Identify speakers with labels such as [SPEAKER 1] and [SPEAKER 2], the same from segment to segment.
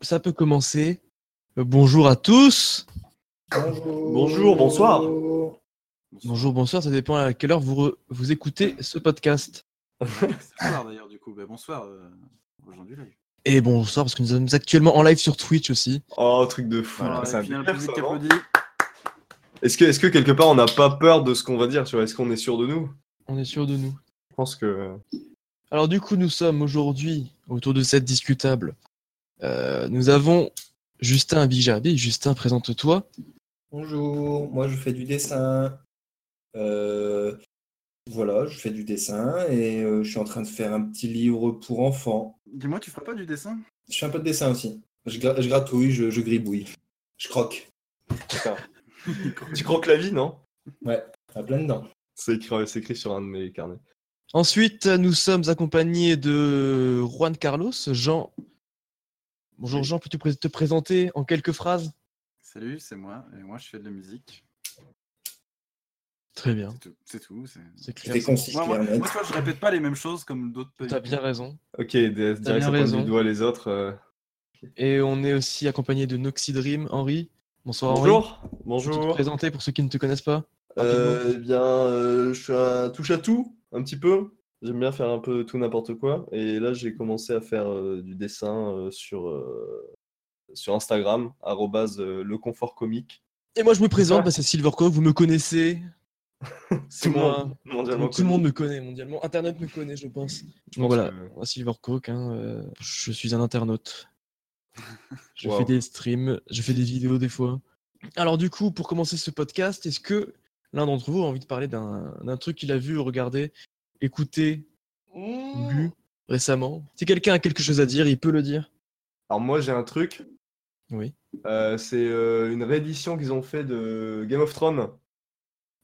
[SPEAKER 1] ça peut commencer. Euh, Bonjour à tous.
[SPEAKER 2] Bonjour, bonsoir.
[SPEAKER 1] Bonjour, bonsoir, ça dépend à quelle heure vous, re- vous écoutez ce podcast.
[SPEAKER 3] Bonsoir Bah, d'ailleurs du coup. Ben, bonsoir euh, aux gens du live.
[SPEAKER 1] Et bonsoir, parce que nous sommes actuellement en live sur Twitch aussi.
[SPEAKER 2] Oh, truc de fou.
[SPEAKER 3] Voilà,
[SPEAKER 2] là, ça
[SPEAKER 3] et puis, il y a le
[SPEAKER 2] m'énerve,
[SPEAKER 3] public qui
[SPEAKER 2] ça, non
[SPEAKER 3] applaudit.
[SPEAKER 2] Est-ce que, est-ce que quelque part on n'a pas peur de ce qu'on va dire tu vois Est-ce qu'on est sûr de nous
[SPEAKER 1] On est sûr de nous.
[SPEAKER 2] Je pense que.
[SPEAKER 1] Alors du coup, nous sommes aujourd'hui autour de cette discutable. Euh, nous avons Justin Bijabi. Justin, présente-toi.
[SPEAKER 4] Bonjour, moi je fais du dessin. Euh, voilà, je fais du dessin et euh, je suis en train de faire un petit livre pour enfants.
[SPEAKER 3] Dis-moi, tu feras pas du dessin
[SPEAKER 4] Je fais un peu de dessin aussi. Je, gra- je gratouille, je, je gribouille, je croque.
[SPEAKER 2] Tu croques la vie, non
[SPEAKER 4] Ouais, à plein dedans.
[SPEAKER 2] C'est écrit, euh, c'est écrit sur un de mes carnets.
[SPEAKER 1] Ensuite, nous sommes accompagnés de Juan Carlos. Jean. Bonjour Jean, peux-tu pré- te présenter en quelques phrases
[SPEAKER 3] Salut, c'est moi. Et moi, je fais de la musique.
[SPEAKER 1] Très bien,
[SPEAKER 3] C'est tout. C'est tout. c'est-
[SPEAKER 1] c'est clair.
[SPEAKER 4] C'était concis,
[SPEAKER 3] Moi, moi,
[SPEAKER 4] clair, net.
[SPEAKER 3] moi, tu vois, je répète pas les mêmes choses comme d'autres pays.
[SPEAKER 1] T'as bien raison.
[SPEAKER 2] Ok, DS
[SPEAKER 1] T'as bien
[SPEAKER 2] direct, ça pointe
[SPEAKER 1] raison.
[SPEAKER 2] du doigt les autres. euh.
[SPEAKER 1] Et on est aussi accompagné de Noxy Dream, Henri. Bonsoir Henri.
[SPEAKER 2] Bonjour.
[SPEAKER 1] Peux-tu te
[SPEAKER 2] Bonjour.
[SPEAKER 1] présenter pour ceux qui ne te connaissent pas
[SPEAKER 2] Euh, eh bien, euh, je suis un touche à tout, un petit peu. J'aime bien faire un peu tout n'importe quoi. Et là, j'ai commencé à faire euh, du dessin euh, sur, euh, sur Instagram, arrobase euh, le confort comique.
[SPEAKER 1] Et moi je me présente,
[SPEAKER 2] Ah.
[SPEAKER 1] bah, c'est Silverco, vous me connaissez. C'est moi.
[SPEAKER 2] Mondialement
[SPEAKER 1] Tout le
[SPEAKER 2] connu.
[SPEAKER 1] monde me connaît mondialement. Internet me connaît, je pense.
[SPEAKER 2] Je
[SPEAKER 1] Donc
[SPEAKER 2] pense
[SPEAKER 1] voilà,
[SPEAKER 2] que-
[SPEAKER 1] moi, Silver Coke, hein, euh, je suis un internaute. Je
[SPEAKER 2] Wow.
[SPEAKER 1] fais des streams, je fais des vidéos des fois. Alors du coup, pour commencer ce podcast, est-ce que l'un d'entre vous a envie de parler d'un d'un truc qu'il a vu, regardé, écouté,
[SPEAKER 4] Oh.
[SPEAKER 1] lu récemment Si quelqu'un a quelque chose à dire, il peut le dire.
[SPEAKER 2] Alors moi j'ai un truc.
[SPEAKER 1] Oui.
[SPEAKER 2] Euh, c'est euh, une réédition qu'ils ont fait de Game of Thrones.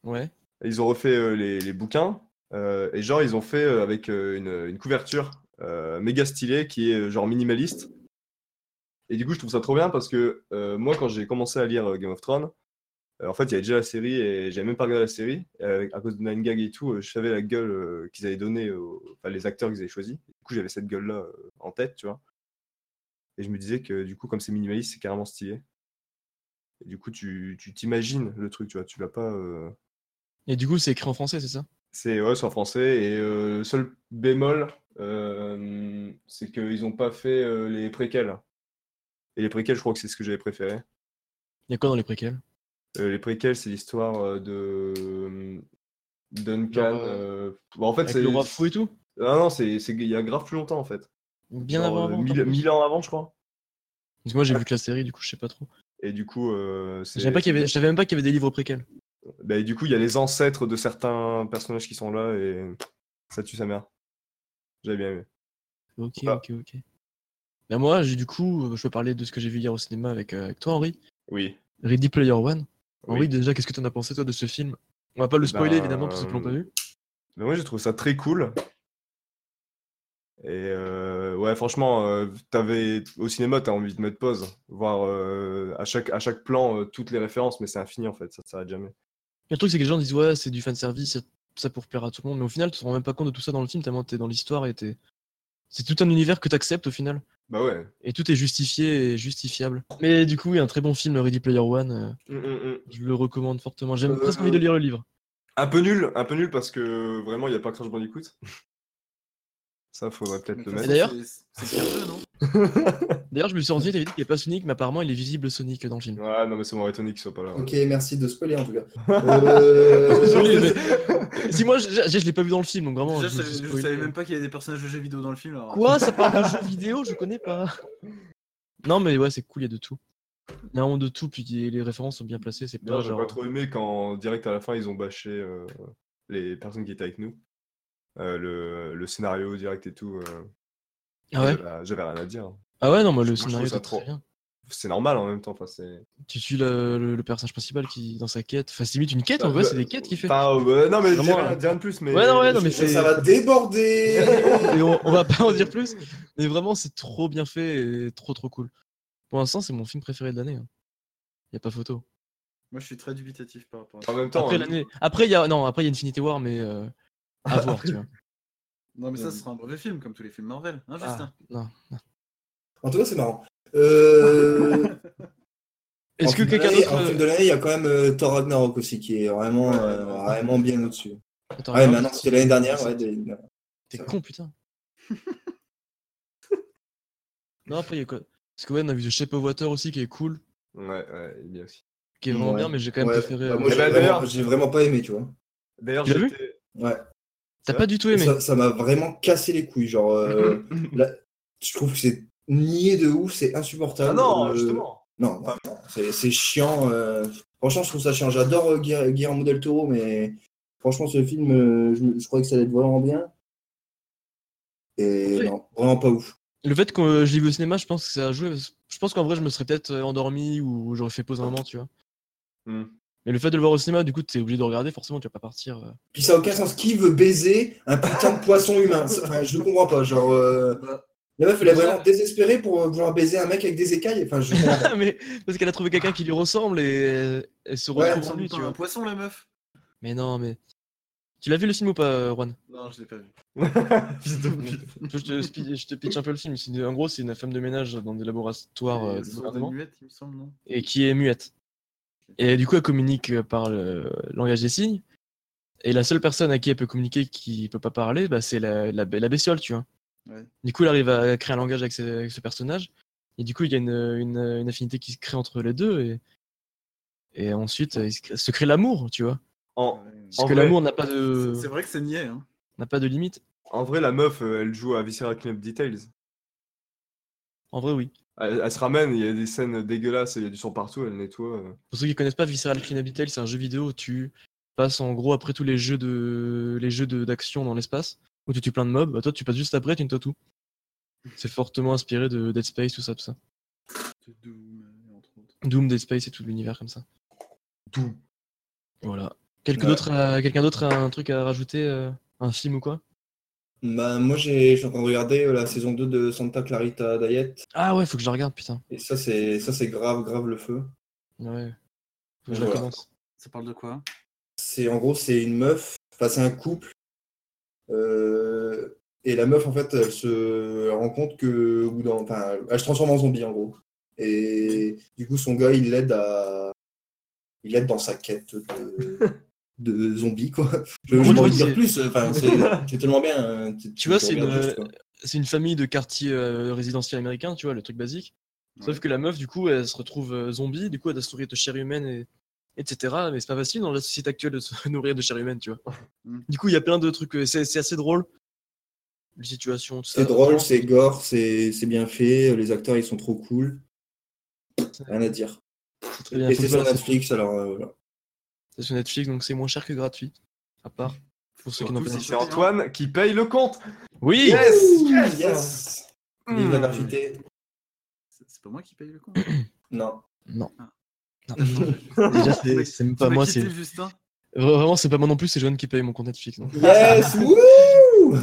[SPEAKER 1] Ouais.
[SPEAKER 2] Ils ont refait euh, les, les bouquins. euh, et genre ils ont fait euh, avec euh, une, une couverture euh, méga stylée qui est euh, genre minimaliste. Et du coup je trouve ça trop bien parce que euh, moi quand j'ai commencé à lire euh, Game of Thrones, euh, en fait il y avait déjà la série et j'avais même pas regardé la série. Et avec- à cause de Nine Gag et tout, euh, je savais la gueule euh, qu'ils avaient donnée, aux- enfin, les acteurs qu'ils avaient choisis. Du coup j'avais cette gueule là en tête, tu vois. Et je me disais que du coup, comme c'est minimaliste, c'est carrément stylé. Et du coup, tu tu t'imagines le truc, tu vois. Tu vas pas. euh,
[SPEAKER 1] Et du coup, c'est écrit en français, c'est ça
[SPEAKER 2] C'est ouais, c'est en français. Et euh, le seul bémol, euh, c'est qu'ils ont pas fait euh, les préquels. Et les préquels, je crois que c'est ce que j'avais préféré.
[SPEAKER 1] Il y a quoi dans les préquels
[SPEAKER 2] Euh, les préquels, c'est l'histoire euh, de euh, Duncan.
[SPEAKER 1] Genre,
[SPEAKER 2] euh, bon, en fait,
[SPEAKER 1] Avec
[SPEAKER 2] c'est.
[SPEAKER 1] le roi fou et tout
[SPEAKER 2] Ah non, c'est c'est- il y a grave plus longtemps en fait.
[SPEAKER 1] Bien
[SPEAKER 2] Genre,
[SPEAKER 1] avant.
[SPEAKER 2] euh,
[SPEAKER 1] avant,
[SPEAKER 2] mille-
[SPEAKER 1] encore plus.
[SPEAKER 2] mille ans avant, je crois.
[SPEAKER 1] Parce que moi, j'ai vu que la série, du coup, je sais pas trop.
[SPEAKER 2] Et du coup, euh,
[SPEAKER 1] Je
[SPEAKER 2] c'est.
[SPEAKER 1] savais pas qu'il y avait- je savais même pas qu'il y avait des livres préquels.
[SPEAKER 2] Bah, et du coup, il y a les ancêtres de certains personnages qui sont là et ça tue sa mère. J'avais bien aimé.
[SPEAKER 1] Ok,
[SPEAKER 2] Ah.
[SPEAKER 1] ok, ok. Ben moi, j'ai du coup, euh, je peux parler de ce que j'ai vu hier au cinéma avec, euh, avec toi, Henri.
[SPEAKER 2] Oui.
[SPEAKER 1] Ready Player One.
[SPEAKER 2] Oui.
[SPEAKER 1] Henri, déjà, qu'est-ce que t'en as pensé, toi, de ce film On va pas le spoiler,
[SPEAKER 2] Ben,
[SPEAKER 1] évidemment, pour ceux qui l'ont pas vu.
[SPEAKER 2] Mais moi, j'ai trouvé ça très cool. Et euh, ouais, franchement, euh, t'avais, au cinéma, t'as envie de mettre pause, voir euh, à, chaque, à chaque plan euh, toutes les références, mais c'est infini en fait, ça ne s'arrête jamais.
[SPEAKER 1] Le truc, c'est que les gens disent, ouais, c'est du fanservice, c'est ça pour plaire à tout le monde. Mais au final, tu te rends même pas compte de tout ça dans le film, tellement t'es dans l'histoire et t'es. C'est tout un univers que t'acceptes au final.
[SPEAKER 2] Bah ouais.
[SPEAKER 1] Et tout est justifié et justifiable. Mais du coup, il y a un très bon film, Ready Player One.
[SPEAKER 2] Mmh,
[SPEAKER 1] euh, Je le recommande fortement. J'ai
[SPEAKER 2] Euh,
[SPEAKER 1] presque envie de lire le livre.
[SPEAKER 2] Un peu nul, un peu nul parce que vraiment, il n'y a pas Crash Bandicoot. Ça, faudrait peut-être le
[SPEAKER 1] Et
[SPEAKER 2] mettre.
[SPEAKER 1] d'ailleurs-
[SPEAKER 3] C'est c'est le jeu, non
[SPEAKER 1] D'ailleurs, je me suis rendu compte qu'il n'y a pas Sonic, mais apparemment, il est visible Sonic dans le film.
[SPEAKER 2] Ouais, non, mais ça m'aurait étonné qu'il soit pas là. hein.
[SPEAKER 4] Ok, merci de spoiler en tout cas. Euh,
[SPEAKER 1] Désolé, Si moi, je, je- je l'ai pas vu dans le film, donc vraiment.
[SPEAKER 3] Déjà, je,
[SPEAKER 1] je me
[SPEAKER 3] savais-
[SPEAKER 1] suis
[SPEAKER 3] je
[SPEAKER 1] spoilé.
[SPEAKER 3] savais même pas qu'il y avait des personnages de jeux vidéo dans le film. alors.
[SPEAKER 1] Quoi Ça parle de jeux vidéo Je connais pas. Non, mais ouais, c'est cool, il y a de tout. Il y a vraiment de tout, puis les références sont bien placées. C'est pas
[SPEAKER 2] D'ailleurs, j'ai
[SPEAKER 1] genre. euh.
[SPEAKER 2] pas trop aimé quand direct à la fin ils ont bâché euh, les personnes qui étaient avec nous. Euh, le, le scénario direct et tout. euh,
[SPEAKER 1] Ah ouais
[SPEAKER 2] j'avais- J'avais rien à dire.
[SPEAKER 1] Ah ouais, non, mais le
[SPEAKER 2] Moi, je
[SPEAKER 1] scénario
[SPEAKER 2] trouve ça
[SPEAKER 1] est très
[SPEAKER 2] trop.
[SPEAKER 1] bien.
[SPEAKER 2] C'est normal en même temps. Enfin, c'est...
[SPEAKER 1] Tu suis le, le- le personnage principal qui, dans sa quête. Enfin, c'est limite une quête, en vrai, c'est des quêtes qu'il fait.
[SPEAKER 2] Ah, bah, Enfin, euh, non, mais dis
[SPEAKER 1] Vraiment,
[SPEAKER 2] rien,
[SPEAKER 1] euh,
[SPEAKER 2] dis rien de plus. Mais...
[SPEAKER 1] Ouais, non, ouais, non, mais c'est-
[SPEAKER 4] ça va déborder.
[SPEAKER 1] Et on, on va pas en dire plus, mais vraiment, c'est trop bien fait et trop, trop cool. Pour l'instant, c'est mon film préféré de l'année. hein. Y a pas photo.
[SPEAKER 3] Moi, je suis très dubitatif par rapport à ça.
[SPEAKER 2] En même temps,
[SPEAKER 1] Après,
[SPEAKER 2] euh,
[SPEAKER 1] l'année. Après, y a. Non, après, y a Infinity War, mais. euh, À voir, tu vois.
[SPEAKER 3] Non, mais ça, ce sera un mauvais film, comme tous les films Marvel. Hein,
[SPEAKER 1] Ah,
[SPEAKER 3] Justin
[SPEAKER 1] non. non.
[SPEAKER 4] En tout cas, c'est marrant. Euh, en
[SPEAKER 1] Est-ce que
[SPEAKER 4] film de
[SPEAKER 1] quelqu'un
[SPEAKER 4] l'année- En
[SPEAKER 1] d'autre.
[SPEAKER 4] film de l'année, il y a quand même euh, Thor Ragnarok aussi qui est vraiment,
[SPEAKER 2] Ouais,
[SPEAKER 4] euh,
[SPEAKER 2] ouais.
[SPEAKER 4] vraiment bien au-dessus.
[SPEAKER 1] Attends,
[SPEAKER 4] Ah ouais,
[SPEAKER 1] regarde,
[SPEAKER 4] mais non, c'était l'année dernière. Ouais, des-
[SPEAKER 1] T'es
[SPEAKER 4] Ça
[SPEAKER 1] con, putain. non, après, il y a quoi Parce que ouais, on a vu The Shape of Water aussi qui est cool,
[SPEAKER 2] Ouais, ouais, il est bien aussi.
[SPEAKER 1] qui est vraiment
[SPEAKER 4] Ouais.
[SPEAKER 1] bien, mais j'ai quand même
[SPEAKER 4] Ouais,
[SPEAKER 1] préféré.
[SPEAKER 4] bah,
[SPEAKER 1] euh,
[SPEAKER 4] moi,
[SPEAKER 2] Eh
[SPEAKER 4] j'ai
[SPEAKER 2] ben,
[SPEAKER 4] vraiment,
[SPEAKER 2] d'ailleurs-
[SPEAKER 4] j'ai vraiment pas aimé, tu vois.
[SPEAKER 2] D'ailleurs,
[SPEAKER 1] Tu l'as vu
[SPEAKER 2] j'étais.
[SPEAKER 4] Ouais.
[SPEAKER 1] T'as pas du tout aimé.
[SPEAKER 4] Ça ça m'a vraiment cassé les couilles. Genre,
[SPEAKER 1] Mhm.
[SPEAKER 4] euh, là, je trouve que c'est nié de ouf, c'est insupportable.
[SPEAKER 2] Ah non,
[SPEAKER 4] Euh,
[SPEAKER 2] justement.
[SPEAKER 4] Non, non, non, c'est c'est chiant. euh, Franchement, je trouve ça chiant. J'adore euh, Guer- Guillermo del Toro, mais franchement, ce film, euh, je, me- je croyais que ça allait être vraiment bien. Et
[SPEAKER 1] Après-
[SPEAKER 4] non, vraiment pas ouf.
[SPEAKER 1] Le fait que euh, je l'ai vu au cinéma, je pense que ça a joué. parce- Je pense qu'en vrai, je me serais peut-être euh, endormi ou j'aurais fait pause un moment, tu vois.
[SPEAKER 2] Hmm.
[SPEAKER 1] Mais le fait de le voir au cinéma, du coup, t'es obligé de regarder, forcément, tu vas pas partir. euh.
[SPEAKER 4] Puis ça n'a aucun sens. Qui veut baiser un putain de poisson humain C'est- enfin, Je ne comprends pas. Genre, euh, la meuf, elle est vraiment désespérée pour euh, vouloir baiser un mec avec des écailles. Enfin, je comprends pas.
[SPEAKER 1] Ah, mais parce qu'elle a trouvé quelqu'un qui lui ressemble et euh, elle se
[SPEAKER 4] Ouais,
[SPEAKER 3] Ouais,
[SPEAKER 1] retrouve
[SPEAKER 3] elle
[SPEAKER 1] sans
[SPEAKER 3] prend
[SPEAKER 1] lui,
[SPEAKER 3] du
[SPEAKER 1] tu
[SPEAKER 3] temps à un
[SPEAKER 1] vois.
[SPEAKER 3] poisson, la meuf
[SPEAKER 1] Mais non, mais. Tu l'as vu le film ou pas, euh, Juan
[SPEAKER 3] Non, je l'ai pas vu.
[SPEAKER 2] Fils de pute.
[SPEAKER 1] je te, spi- je te pitch un peu le film. C'est une- En gros, c'est une femme de ménage dans des laboratoires euh,
[SPEAKER 3] Elles
[SPEAKER 1] de
[SPEAKER 3] sont
[SPEAKER 1] gouvernement,
[SPEAKER 3] des muettes, il me semble, non
[SPEAKER 1] et qui est muette. Et du coup, elle communique euh, par le langage des signes. Et la seule personne à qui elle peut communiquer qui peut pas parler, bah, c'est la, la, la bestiole, tu vois.
[SPEAKER 3] Ouais.
[SPEAKER 1] Du coup, elle arrive à créer un langage avec ce, avec ce personnage. Et du coup, il y a une, une, une affinité qui se crée entre les deux. Et, et ensuite, il se crée- se crée l'amour, tu vois.
[SPEAKER 2] En,
[SPEAKER 3] Ouais.
[SPEAKER 1] Parce
[SPEAKER 2] En
[SPEAKER 1] que
[SPEAKER 2] vrai,
[SPEAKER 1] l'amour n'a pas, de,
[SPEAKER 3] C'est- C'est vrai que c'est niais, hein.
[SPEAKER 1] n'a pas de limite.
[SPEAKER 2] en vrai, la meuf, euh, elle joue à Visceral Club Details.
[SPEAKER 1] En vrai, oui.
[SPEAKER 2] Elle, elle se ramène, il y a des scènes dégueulasses, il y a du sang partout, elle nettoie. euh.
[SPEAKER 1] Pour ceux qui connaissent pas Visceral Cleanup Detail, c'est un jeu vidéo où tu passes en gros après tous les jeux de les jeux de- d'action dans l'espace où tu tues plein de mobs. Bah, toi, tu passes juste après, tu nettoies tout. C'est fortement inspiré de Dead Space, tout ça, tout ça.
[SPEAKER 3] De Doom, euh, entre autres.
[SPEAKER 1] Doom, Dead Space et tout l'univers comme ça.
[SPEAKER 2] Doom.
[SPEAKER 1] Voilà. Quelqu'un
[SPEAKER 4] Ouais.
[SPEAKER 1] d'autre a... quelqu'un d'autre a un truc à rajouter euh, Un film ou quoi
[SPEAKER 4] Bah, moi, j'ai- je suis en train de regarder euh, la saison 2 de Santa Clarita Diet.
[SPEAKER 1] Ah ouais, faut que je la regarde, putain.
[SPEAKER 4] Et ça, c'est ça, c'est grave, grave le feu.
[SPEAKER 1] Ouais. Faut que je la
[SPEAKER 4] Voilà.
[SPEAKER 1] commence.
[SPEAKER 3] Ça parle de quoi
[SPEAKER 4] C'est en gros, c'est une meuf, enfin c'est un couple. euh, et la meuf, en fait, elle se elle rend compte que, au bout d'un- enfin, elle se transforme en zombie en gros. Et du coup, son gars, il l'aide à, il l'aide dans sa quête de, de zombie quoi. Je
[SPEAKER 1] En
[SPEAKER 4] ne
[SPEAKER 1] gros, tu
[SPEAKER 4] peux
[SPEAKER 1] vois,
[SPEAKER 4] pas dire
[SPEAKER 1] c'est-
[SPEAKER 4] plus. Enfin, c'est c'est tellement bien. hein,
[SPEAKER 1] Tu vois, c'est
[SPEAKER 4] regardes
[SPEAKER 1] une-
[SPEAKER 4] juste, quoi.
[SPEAKER 1] c'est une famille de quartier euh, résidentiel américain, tu vois, le truc basique. Sauf
[SPEAKER 3] Ouais.
[SPEAKER 1] que la meuf, du coup, elle se retrouve euh, zombie, du coup, elle doit se nourrir de chair humaine, et, etc. Mais c'est pas facile dans la société actuelle de se nourrir de chair humaine, tu vois.
[SPEAKER 3] Mm.
[SPEAKER 1] Du coup, il y a plein de trucs, euh, c'est c'est assez drôle, les situations, tout ça.
[SPEAKER 4] C'est drôle,
[SPEAKER 1] Franchement,
[SPEAKER 4] c'est gore, c'est c'est bien fait. Les acteurs, ils sont trop cool. Rien à dire.
[SPEAKER 1] c'est très bien.
[SPEAKER 4] Et
[SPEAKER 1] Faut
[SPEAKER 4] c'est
[SPEAKER 1] que
[SPEAKER 4] sur
[SPEAKER 1] voilà,
[SPEAKER 4] Netflix, alors euh, voilà.
[SPEAKER 1] c'est sur Netflix, donc c'est moins cher que gratuit, à part. Pour ceux qui n'ont
[SPEAKER 3] Surtout
[SPEAKER 1] pas
[SPEAKER 3] si
[SPEAKER 2] C'est Antoine qui paye le compte.
[SPEAKER 1] Oui
[SPEAKER 2] Yes,
[SPEAKER 4] Yes,
[SPEAKER 2] yes.
[SPEAKER 4] yes.
[SPEAKER 2] Hmm.
[SPEAKER 4] Vive la gratuité.
[SPEAKER 3] C'est c'est pas moi qui paye le con.
[SPEAKER 4] Non.
[SPEAKER 1] Non, Déjà,
[SPEAKER 3] Déjà,
[SPEAKER 1] c'est- c'est même pas moi, c'est
[SPEAKER 3] Justin.
[SPEAKER 1] Vra- vraiment, c'est pas moi non plus, c'est Joanne qui paye mon compte Netflix. donc.
[SPEAKER 4] Yes, wouh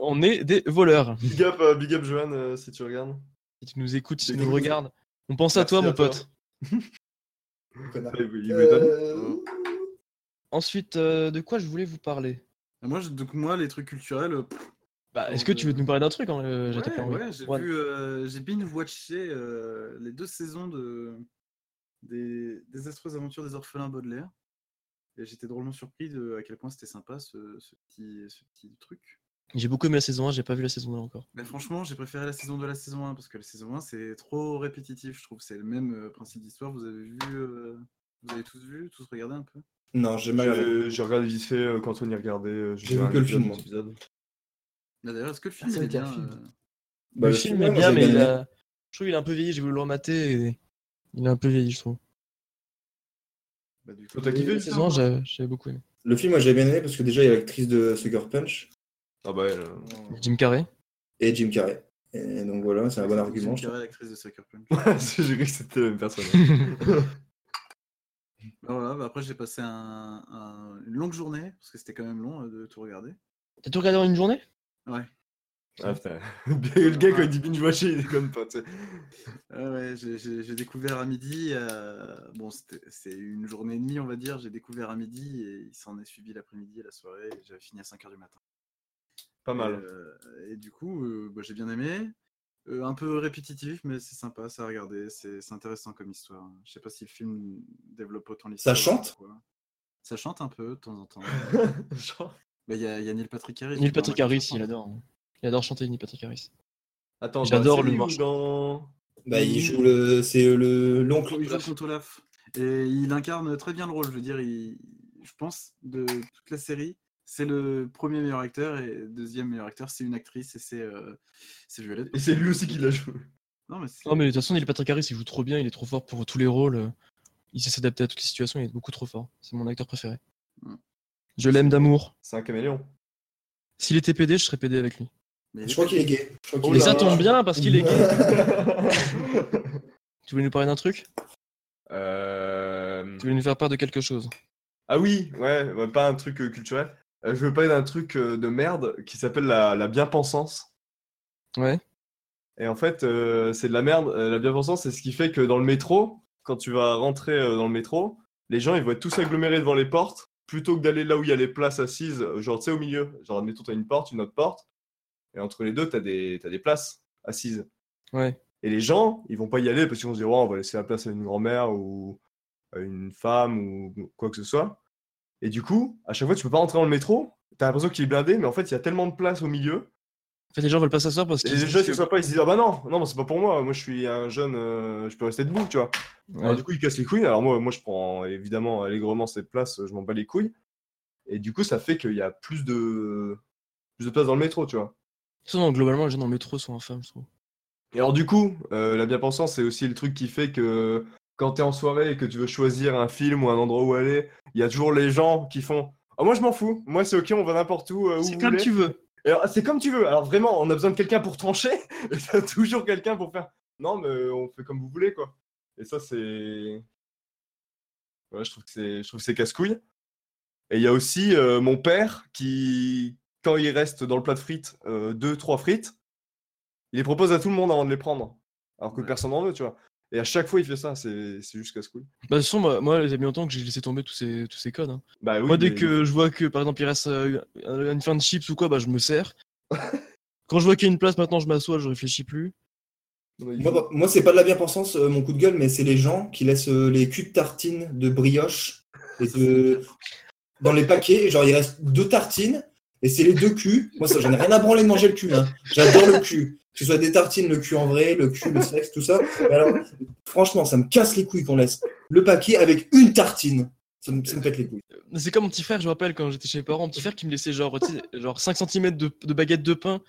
[SPEAKER 1] On est des voleurs.
[SPEAKER 2] Big up, euh, big up Johan, euh, si tu regardes.
[SPEAKER 1] Si tu nous écoutes, si tu
[SPEAKER 2] Des
[SPEAKER 1] nous
[SPEAKER 2] bisous.
[SPEAKER 1] regardes, on pense à
[SPEAKER 2] Merci
[SPEAKER 1] toi,
[SPEAKER 2] à
[SPEAKER 1] mon
[SPEAKER 2] toi.
[SPEAKER 1] pote.
[SPEAKER 4] Connard.
[SPEAKER 2] Il voulait- il voulait pas-
[SPEAKER 4] Euh,
[SPEAKER 1] Ensuite, euh, de quoi je voulais vous parler
[SPEAKER 3] Et Moi, je- donc moi, les trucs culturels. euh, pff,
[SPEAKER 1] bah, Est-ce
[SPEAKER 3] Donc,
[SPEAKER 1] que tu veux
[SPEAKER 3] euh,
[SPEAKER 1] nous parler d'un truc hein, euh, j'ai
[SPEAKER 3] ouais,
[SPEAKER 1] tapé un oui.
[SPEAKER 3] ouais, j'ai
[SPEAKER 1] Juan.
[SPEAKER 3] vu, euh, j'ai binge watché euh, les deux saisons de des désastreuses aventures des orphelins Baudelaire. Et j'étais drôlement surpris de à quel point c'était sympa ce, ce petit ce petit truc.
[SPEAKER 1] J'ai beaucoup aimé la saison 1, j'ai pas vu la saison 2 encore.
[SPEAKER 3] Mais franchement, j'ai préféré la saison 2 à la saison 1 parce que la saison 1 c'est trop répétitif, je trouve. C'est le même euh, principe d'histoire. Vous avez vu, euh, vous avez tous vu, tous regardé un peu.
[SPEAKER 4] Non, j'ai mal regardé.
[SPEAKER 2] J'ai j'ai regardé vite fait euh, quand on y regardait. euh,
[SPEAKER 4] J'ai vu
[SPEAKER 2] un
[SPEAKER 4] que le
[SPEAKER 2] épisode,
[SPEAKER 4] film,
[SPEAKER 2] un épisode.
[SPEAKER 3] Mais Bah, D'ailleurs, est-ce que le
[SPEAKER 1] Ah,
[SPEAKER 3] film
[SPEAKER 1] ça
[SPEAKER 3] il
[SPEAKER 1] va
[SPEAKER 3] est
[SPEAKER 1] être un
[SPEAKER 3] bien
[SPEAKER 1] film.
[SPEAKER 3] euh,
[SPEAKER 4] Bah,
[SPEAKER 1] le film est
[SPEAKER 4] moi,
[SPEAKER 1] bien,
[SPEAKER 4] j'ai
[SPEAKER 1] mais il
[SPEAKER 4] bien aimé.
[SPEAKER 1] a... je trouve qu'il est un peu vieilli, j'ai voulu le remater et il est un peu vieilli, je trouve.
[SPEAKER 3] bah, du
[SPEAKER 2] Toi, Bah, t'as kiffé
[SPEAKER 1] La
[SPEAKER 2] Oui,
[SPEAKER 1] saison 1, j'avais j'avais beaucoup aimé.
[SPEAKER 4] Le film, moi, j'ai bien aimé parce que déjà, il y a l'actrice de Sucker Punch
[SPEAKER 2] Ah bah, elle, euh,
[SPEAKER 1] Jim Carrey
[SPEAKER 4] et Jim Carrey. Et donc voilà, c'est un bon argument. je
[SPEAKER 3] Je
[SPEAKER 4] trouve.
[SPEAKER 3] l'actrice de Sucker Punch.
[SPEAKER 2] j'ai cru que c'était la même personne.
[SPEAKER 3] Bah voilà, bah après j'ai passé un- un- une longue journée, parce que c'était quand même long euh, de tout regarder.
[SPEAKER 1] T'as tout regardé en une journée
[SPEAKER 3] Ouais,
[SPEAKER 2] Ah, putain. le gars, quand il dit binge watcher, il déconne pas. tu sais.
[SPEAKER 3] Ah ouais, j'ai- j'ai j'ai découvert à midi, euh, bon c'était- c'est une journée et demie on va dire, j'ai découvert à midi et il s'en est suivi l'après-midi et la soirée, et j'avais fini à 5h du matin.
[SPEAKER 2] Pas
[SPEAKER 3] Et,
[SPEAKER 2] mal.
[SPEAKER 3] euh, et du coup, euh, bah, j'ai bien aimé. Euh, un peu répétitif, mais c'est sympa, ça à regarder, c'est c'est intéressant comme histoire. Je sais pas si le film développe autant l'histoire.
[SPEAKER 4] chante
[SPEAKER 3] ou quoi. Ça chante un peu de temps en temps.
[SPEAKER 2] Genre-
[SPEAKER 3] Bah, Il y, a- il y a Neil Patrick Harris.
[SPEAKER 1] Neil
[SPEAKER 3] qui
[SPEAKER 1] Patrick
[SPEAKER 3] est dans la
[SPEAKER 1] Harris,
[SPEAKER 3] chanson.
[SPEAKER 1] il adore. hein. Il adore chanter Neil Patrick Harris.
[SPEAKER 2] Attends,
[SPEAKER 1] J'adore
[SPEAKER 2] dans la
[SPEAKER 1] le
[SPEAKER 2] série ou
[SPEAKER 1] morceau.
[SPEAKER 2] dans-
[SPEAKER 4] Bah, il joue le. C'est le l'oncle.
[SPEAKER 3] Il joue contre Olaf. Et il incarne très bien le rôle. Je veux dire, il- je pense, de toute la série, c'est le premier meilleur acteur et le deuxième meilleur acteur, c'est une actrice et c'est euh, c'est Violette.
[SPEAKER 2] Et c'est lui aussi qui l'a joué.
[SPEAKER 3] Non, mais c'est-
[SPEAKER 1] Non, mais de toute façon, Neil Patrick Harris, il joue trop bien, il est trop fort pour tous les rôles. Euh, Il sait s'adapter à toutes les situations, il est beaucoup trop fort. C'est mon acteur préféré.
[SPEAKER 3] Mm.
[SPEAKER 1] Je l'aime d'amour.
[SPEAKER 2] C'est un caméléon.
[SPEAKER 1] S'il était PD, je serais PD avec lui.
[SPEAKER 3] mais
[SPEAKER 4] Je crois qu'il est gay. Je crois qu'il
[SPEAKER 2] Oh
[SPEAKER 1] Et
[SPEAKER 4] est
[SPEAKER 2] là
[SPEAKER 1] ça
[SPEAKER 4] gay.
[SPEAKER 1] tombe bien parce qu'il est gay.
[SPEAKER 2] euh...
[SPEAKER 1] Tu voulais nous parler d'un truc
[SPEAKER 2] Euh,
[SPEAKER 1] Tu voulais nous faire part de quelque chose
[SPEAKER 2] Ah oui, ouais, bah, pas un truc euh, culturel. Euh, je veux parler d'un truc euh, de merde qui s'appelle la, la bien-pensance.
[SPEAKER 1] Ouais.
[SPEAKER 2] Et en fait, euh, c'est de la merde. Euh, la bien-pensance, c'est ce qui fait que dans le métro, quand tu vas rentrer euh, dans le métro, les gens, ils vont être tous agglomérés devant les portes plutôt que d'aller là où il y a les places assises, euh, genre, tu sais, au milieu. Genre, admettons, t'as une porte, une autre porte, et entre les deux, t'as des, t'as des places assises.
[SPEAKER 1] Ouais.
[SPEAKER 2] Et les gens, ils vont pas y aller parce qu'ils vont se dire, ouais, on va laisser la place à une grand-mère ou à une femme ou quoi que ce soit. Et du coup, à chaque fois, tu peux pas rentrer dans le métro. T'as l'impression qu'il est blindé, mais en fait, il y a tellement de place au milieu.
[SPEAKER 1] En fait, les gens veulent pas s'asseoir parce
[SPEAKER 2] Et
[SPEAKER 1] qu'ils.
[SPEAKER 2] les gens, ils s'assoient pas, ils se disent Ah bah non, non, mais c'est pas pour moi. Moi, je suis un jeune, euh, je peux rester debout, tu vois. Alors,
[SPEAKER 1] Ouais.
[SPEAKER 2] du coup, ils cassent les couilles. Alors, moi, moi je prends évidemment allègrement cette place, je m'en bats les couilles. Et du coup, ça fait qu'il y a plus de... plus de place dans le métro, tu vois.
[SPEAKER 1] De toute façon, globalement, les gens dans le métro sont infâmes, je trouve.
[SPEAKER 2] Et alors du coup, euh, la bien-pensance, c'est aussi le truc qui fait que quand t'es en soirée et que tu veux choisir un film ou un endroit où aller, il y a toujours les gens qui font Ah moi je m'en fous, moi c'est ok, on va n'importe où, euh, où
[SPEAKER 1] C'est
[SPEAKER 2] vous
[SPEAKER 1] comme
[SPEAKER 2] voulez.
[SPEAKER 1] tu veux.
[SPEAKER 2] Et alors, C'est comme tu veux. Alors vraiment, on a besoin de quelqu'un pour trancher, et t'as toujours quelqu'un pour faire Non mais on fait comme vous voulez quoi. Et ça c'est... Voilà, je trouve que c'est, je trouve que c'est casse-couille. Et il y a aussi euh, mon père qui, quand il reste dans le plat de frites, euh, deux, trois frites, il les propose à tout le monde avant de les prendre. Alors que
[SPEAKER 3] Ouais.
[SPEAKER 2] personne n'en veut, tu vois. Et à chaque fois, il fait ça. C'est, c'est juste casse-couille.
[SPEAKER 1] Bah, de toute façon, moi, moi, il y a bien longtemps que j'ai laissé tomber tous ces, tous ces codes. hein.
[SPEAKER 2] Bah oui.
[SPEAKER 1] moi, dès
[SPEAKER 2] mais-
[SPEAKER 1] que je vois que, par exemple, il reste euh, une fin de chips ou quoi, bah, je me sers. Quand je vois qu'il y a une place, maintenant, je m'assois, je réfléchis plus.
[SPEAKER 2] Non, il-
[SPEAKER 4] Moi, moi, c'est pas de la bien-pensance, euh, mon coup de gueule, mais c'est les gens qui laissent euh, les culs de tartines de brioche et de... dans les paquets. Genre, il reste deux tartines et c'est les deux culs. Moi, ça, j'en ai rien à branler de manger le cul. hein. J'adore le cul. Que ce soit des tartines, le cul en vrai, le cul, le sexe, tout ça. Mais alors, franchement, ça me casse les couilles qu'on laisse le paquet avec une tartine. Ça me, ça me pète les couilles.
[SPEAKER 1] Mais C'est comme mon petit frère, je me rappelle, quand j'étais chez mes parents, mon petit frère qui me laissait genre, tu sais, genre 5 cm de, de baguette de pain.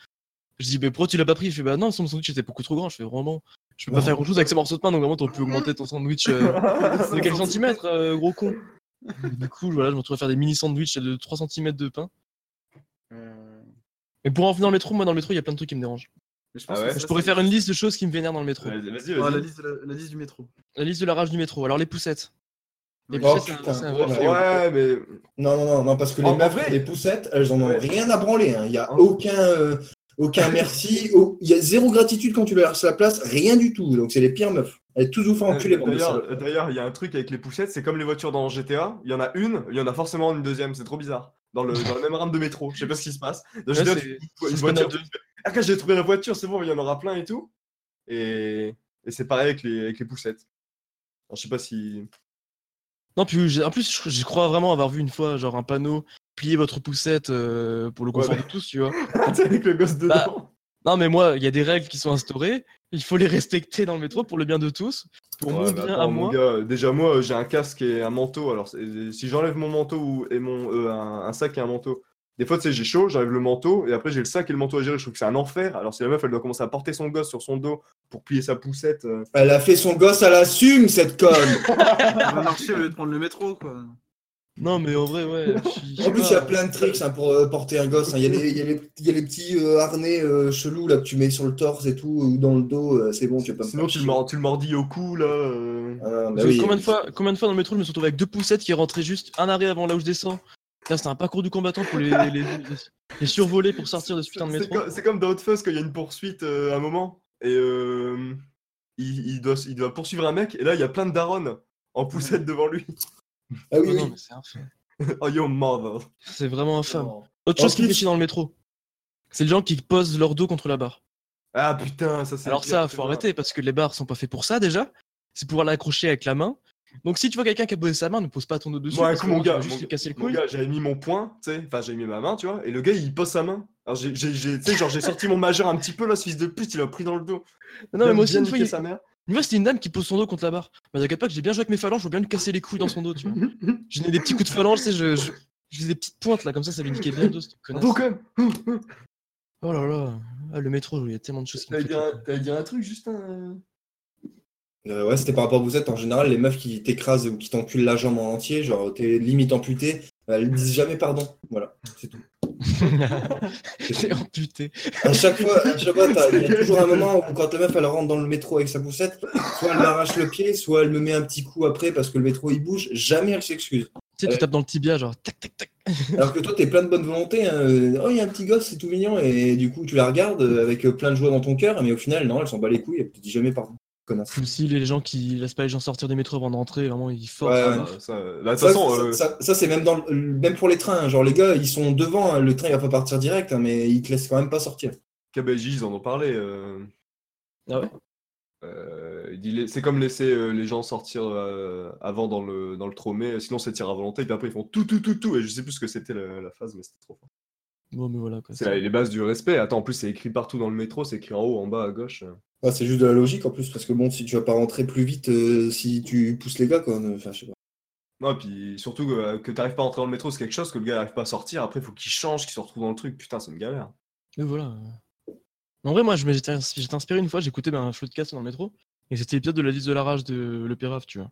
[SPEAKER 1] Je dis, mais pourquoi tu l'as pas pris Il fait, bah non, son sandwich était beaucoup trop grand. Je fais, vraiment, je peux pas
[SPEAKER 4] Non.
[SPEAKER 1] faire grand chose avec ce morceau de pain, donc vraiment, t'aurais pu augmenter ton sandwich euh, de quelques centimètres, euh, gros con. du coup, voilà, je me retrouve à faire des mini sandwichs de 3 cm de pain.
[SPEAKER 3] Euh,
[SPEAKER 1] Mais pour en venir dans le métro, moi dans le métro, il y a plein de trucs qui me dérangent.
[SPEAKER 3] mais je pense
[SPEAKER 2] Ah
[SPEAKER 3] que
[SPEAKER 2] ouais
[SPEAKER 3] ça,
[SPEAKER 1] Je pourrais
[SPEAKER 3] c'est-
[SPEAKER 1] faire une liste de choses qui me vénèrent dans le métro.
[SPEAKER 2] Vas-y, vas-y.
[SPEAKER 3] Ah, la,
[SPEAKER 2] vas-y.
[SPEAKER 3] liste de la- la liste du métro.
[SPEAKER 1] La liste de la rage du métro. Alors les poussettes. Les
[SPEAKER 4] Oh,
[SPEAKER 1] poussettes, c'est un-
[SPEAKER 4] putain.
[SPEAKER 1] c'est un vrai
[SPEAKER 4] Ouais.
[SPEAKER 1] fléau.
[SPEAKER 2] ouais, mais
[SPEAKER 4] Non, non, non, non, parce que les
[SPEAKER 2] En
[SPEAKER 4] meufs,
[SPEAKER 2] vrai-
[SPEAKER 4] les poussettes, elles en ont
[SPEAKER 2] Ouais.
[SPEAKER 4] rien à branler. hein. Il y n'y a
[SPEAKER 2] Hein.
[SPEAKER 4] aucun, euh, aucun merci, au- il y a zéro gratitude quand tu leur laisses la place, rien du tout. Donc c'est les pires meufs. Elles toutes vous font
[SPEAKER 2] Ouais,
[SPEAKER 4] enculer. bande de
[SPEAKER 2] Euh, D'ailleurs,
[SPEAKER 4] salauds.
[SPEAKER 2] d'ailleurs, il y a un truc avec les poussettes, c'est comme les voitures dans GTA, il y en a une, il y en a forcément une deuxième, c'est trop bizarre. Dans le, dans le même rame de métro, je sais pas ce qui se passe. Dans
[SPEAKER 1] Ouais,
[SPEAKER 2] GTA,
[SPEAKER 1] c'est-
[SPEAKER 2] tu-
[SPEAKER 1] c'est
[SPEAKER 2] une
[SPEAKER 1] ce qu'on a
[SPEAKER 2] voiture.
[SPEAKER 1] deux.
[SPEAKER 2] Ah, quand j'ai trouvé la voiture, c'est bon, il y en aura plein et tout. Et, et c'est pareil avec les, avec les poussettes. Alors, je sais pas si.
[SPEAKER 1] Non, puis j'ai- en plus, je, je crois vraiment avoir vu une fois genre un panneau plier votre poussette euh, pour le confort
[SPEAKER 2] Ouais,
[SPEAKER 1] de tous, tu vois.
[SPEAKER 2] Tu sais, avec le gosse
[SPEAKER 1] Bah,
[SPEAKER 2] dedans.
[SPEAKER 1] Non, mais moi, il y a des règles qui sont instaurées. Il faut les respecter dans le métro pour le bien de tous, pour
[SPEAKER 2] Ouais,
[SPEAKER 1] mon
[SPEAKER 2] mais
[SPEAKER 1] bien
[SPEAKER 2] attends,
[SPEAKER 1] à
[SPEAKER 2] mon
[SPEAKER 1] moi.
[SPEAKER 2] gars, euh, déjà, moi, euh, j'ai un casque et un manteau. Alors, c'est- euh, si j'enlève mon manteau ou, et mon, euh, un, un sac et un manteau, des fois, tu sais, j'ai chaud, j'enlève le manteau et après, j'ai le sac et le manteau à gérer. Je trouve que c'est un enfer. Alors, si la meuf, elle doit commencer à porter son gosse sur son dos pour plier sa poussette. euh,
[SPEAKER 4] Elle a fait son gosse à la sume, cette conne.
[SPEAKER 1] Ah,
[SPEAKER 3] On va marcher au lieu de prendre le métro, quoi.
[SPEAKER 1] Non, mais en vrai, ouais. je- je sais
[SPEAKER 4] En plus,
[SPEAKER 1] pas.
[SPEAKER 4] il y a plein de tricks hein, pour euh, porter un gosse. hein. Il y, a des- il y a les- il y a les petits euh, harnais euh, chelous là, que tu mets sur le torse et tout, ou dans le dos. euh, c'est bon, tu peux pas me
[SPEAKER 2] Sinon,
[SPEAKER 4] faire
[SPEAKER 2] tu le,
[SPEAKER 4] chier.
[SPEAKER 2] mord- tu le mordis au cou, là. euh.
[SPEAKER 4] Ah, bah
[SPEAKER 1] Parce que
[SPEAKER 4] oui.
[SPEAKER 1] combien, de fois, combien de fois dans le métro, je me suis retrouvé avec deux poussettes qui rentraient juste un arrêt avant là où je descends. Putain, C'était un parcours du combattant pour les, les, les survoler pour sortir de ce putain de
[SPEAKER 2] C'est-
[SPEAKER 1] métro.
[SPEAKER 2] C'est comme, c'est comme dans Hot Fuzz quand il y a une poursuite euh, à un moment et euh, il, il doit, il doit poursuivre un mec et là il y a plein de darons en poussette devant lui.
[SPEAKER 4] Ah oui,
[SPEAKER 1] Non, non,
[SPEAKER 4] oui.
[SPEAKER 1] mais c'est infâme.
[SPEAKER 2] oh yo mother.
[SPEAKER 4] Oh.
[SPEAKER 1] C'est vraiment infâme. Autre chose
[SPEAKER 4] En
[SPEAKER 1] qui me fait
[SPEAKER 4] plus-
[SPEAKER 1] chier dans le métro, c'est les gens qui posent leur dos contre la barre.
[SPEAKER 2] Ah putain, ça c'est.
[SPEAKER 1] Alors
[SPEAKER 2] pire,
[SPEAKER 1] ça,
[SPEAKER 2] c'est
[SPEAKER 1] faut
[SPEAKER 2] vrai.
[SPEAKER 1] arrêter parce que les barres sont pas faits pour ça déjà. C'est pouvoir l'accrocher avec la main. Donc si tu vois quelqu'un qui a posé sa main, ne pose pas ton dos dessus.
[SPEAKER 2] Moi, un
[SPEAKER 1] parce
[SPEAKER 2] coup,
[SPEAKER 1] que
[SPEAKER 2] mon
[SPEAKER 1] vraiment, tu
[SPEAKER 2] gars,
[SPEAKER 1] vas juste
[SPEAKER 2] mon
[SPEAKER 1] lui casser le
[SPEAKER 2] Mon
[SPEAKER 1] couille.
[SPEAKER 2] gars, j'avais mis mon poing, tu sais, enfin, j'ai mis ma main, tu vois, et le gars, il pose sa main. Alors, j'ai, j'ai, j'ai- tu sais, genre, j'ai sorti mon majeur un petit peu, là, ce fils de pute, il a pris dans le dos.
[SPEAKER 1] Non, non, mais
[SPEAKER 2] Il
[SPEAKER 1] moi
[SPEAKER 2] a
[SPEAKER 1] aussi,
[SPEAKER 2] bien
[SPEAKER 1] une fois,
[SPEAKER 2] niqué
[SPEAKER 1] il-
[SPEAKER 2] sa mère.
[SPEAKER 1] une fois, c'était une dame qui pose son dos contre la barre. Mais t'inquiète pas que j'ai bien joué avec mes phalanges, je veux bien lui casser les couilles dans son dos, tu vois. Je donnais des petits coups de phalange, tu sais, je, je, je faisais des petites pointes là, comme ça, ça lui niquait bien le dos, cette connasse.
[SPEAKER 2] Donc, euh,
[SPEAKER 1] Oh là là, ah, le métro, il y a tellement de choses qui me
[SPEAKER 2] t'avais dit,
[SPEAKER 1] font
[SPEAKER 2] un-
[SPEAKER 1] peur.
[SPEAKER 2] t'avais dit un truc, juste un.
[SPEAKER 4] Euh, ouais, c'était par rapport à vous êtes. En général, les meufs qui t'écrasent ou qui t'enculent la jambe en entier, genre t'es limite amputé, elles disent jamais pardon. Voilà, c'est tout. C'est tout.
[SPEAKER 1] J'ai amputé.
[SPEAKER 4] À chaque fois, à chaque fois, t'as- il y a toujours un moment où quand la meuf elle rentre dans le métro avec sa poussette, soit elle m'arrache le pied, soit elle me met un petit coup après parce que le métro il bouge, jamais elle s'excuse.
[SPEAKER 1] Tu sais, tu tapes dans le tibia, genre tac tac tac.
[SPEAKER 4] Alors que toi t'es plein de bonne volonté, hein. oh il y a un petit gosse, c'est tout mignon, et du coup tu la regardes euh, avec plein de joie dans ton cœur, mais au final non, elle s'en bat les couilles, elle te dit jamais pardon, connasse.
[SPEAKER 1] Ou si les gens qui laissent pas les gens sortir des métros avant de rentrer, vraiment, ils forcent.
[SPEAKER 4] Ouais,
[SPEAKER 2] Ah,
[SPEAKER 4] ouais.
[SPEAKER 2] bah, ça, euh, là, de toute
[SPEAKER 4] Ça,
[SPEAKER 2] façon,
[SPEAKER 4] ça-
[SPEAKER 2] euh,
[SPEAKER 4] ça- ça, c'est même dans le- même pour les trains, hein. genre les gars ils sont devant, hein. le train il va pas partir direct, hein, mais ils te laissent quand même pas sortir.
[SPEAKER 2] KBJ, ils en ont parlé. euh,
[SPEAKER 1] Ah ouais
[SPEAKER 2] euh, il dit, les- c'est comme laisser euh, les gens sortir euh, avant dans le, dans le tromé, euh, sinon c'est tir à volonté, et puis après ils font tout, tout, tout, tout, et je sais plus ce que c'était la, la phase, mais c'était trop fort.
[SPEAKER 1] Bon, mais voilà quoi.
[SPEAKER 2] C'est la- les bases du respect. Attends, en plus, c'est écrit partout dans le métro, c'est écrit en haut, en bas, à gauche. euh.
[SPEAKER 4] Ouais, c'est juste de la logique en plus, parce que bon, si tu vas pas rentrer plus vite, euh, si tu pousses les gars, quoi, ne- enfin, je sais pas.
[SPEAKER 2] Non, et puis surtout euh, que, t'arrives pas à entrer dans le métro, c'est quelque chose que le gars n'arrive pas à sortir. Après, il faut qu'il change, qu'il se retrouve dans le truc. Putain, c'est une galère.
[SPEAKER 1] Mais voilà. En vrai, moi, je m'étais ins- j'étais inspiré une fois, j'écoutais ben, un floodcast dans le métro, et c'était l'épisode de la liste de la rage de Le Pérave, tu vois.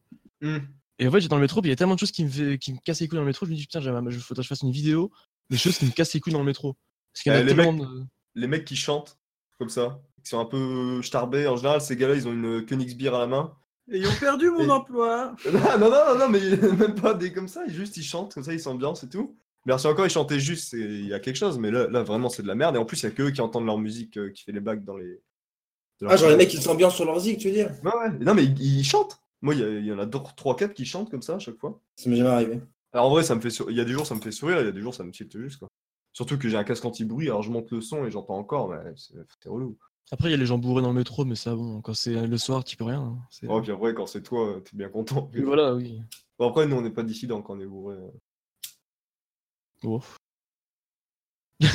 [SPEAKER 1] Et en fait, j'étais dans le métro, puis il y a tellement de choses qui me, fait- qui me cassent les couilles dans le métro, je me dis putain, j'aimerais- il faudrait que je fasse une vidéo des choses qui me cassent les couilles dans le métro. Parce qu'il y en a
[SPEAKER 2] Eh, les
[SPEAKER 1] tellement de-
[SPEAKER 2] Les mecs qui chantent comme ça, qui sont un peu starbés, en général, ces gars-là, ils ont une Königsbier à la main.
[SPEAKER 3] Et ils ont perdu mon
[SPEAKER 2] Et-
[SPEAKER 3] emploi
[SPEAKER 2] non, non, non, non, mais même pas des comme ça. Ils juste, ils chantent comme ça, ils s'ambiancent et tout. Mais alors, si encore ils chantaient juste, c'est- il y a quelque chose. Mais là, là vraiment, c'est de la merde. Et en plus, il y a que eux qui entendent leur musique, euh, qui fait les bagues dans les. de leur-
[SPEAKER 4] Ah, genre les mecs ils s'ambiancent sur leur zig, tu veux dire?
[SPEAKER 2] Ouais, ouais. Non, mais ils, ils chantent. Moi, il y, a- il y en a 3-4 qui chantent comme ça à chaque fois.
[SPEAKER 4] Ça m'est jamais arrivé.
[SPEAKER 2] Alors en vrai, ça me fait sourire. il y a des jours ça me fait sourire, il y a des jours ça me tilte juste quoi. Surtout que j'ai un casque anti-bruit, alors je monte le son et j'entends encore, mais c'est c'est relou.
[SPEAKER 1] Après, il y a les gens bourrés dans le métro, mais ça, bon, quand c'est le soir, tu peux rien. hein. C'est-
[SPEAKER 2] Oh, puis après, quand c'est toi, euh, t'es bien content.
[SPEAKER 1] Mais voilà, oui.
[SPEAKER 2] Bon, après, nous, on n'est pas dissidents quand on est bourré. hein.
[SPEAKER 1] Bon.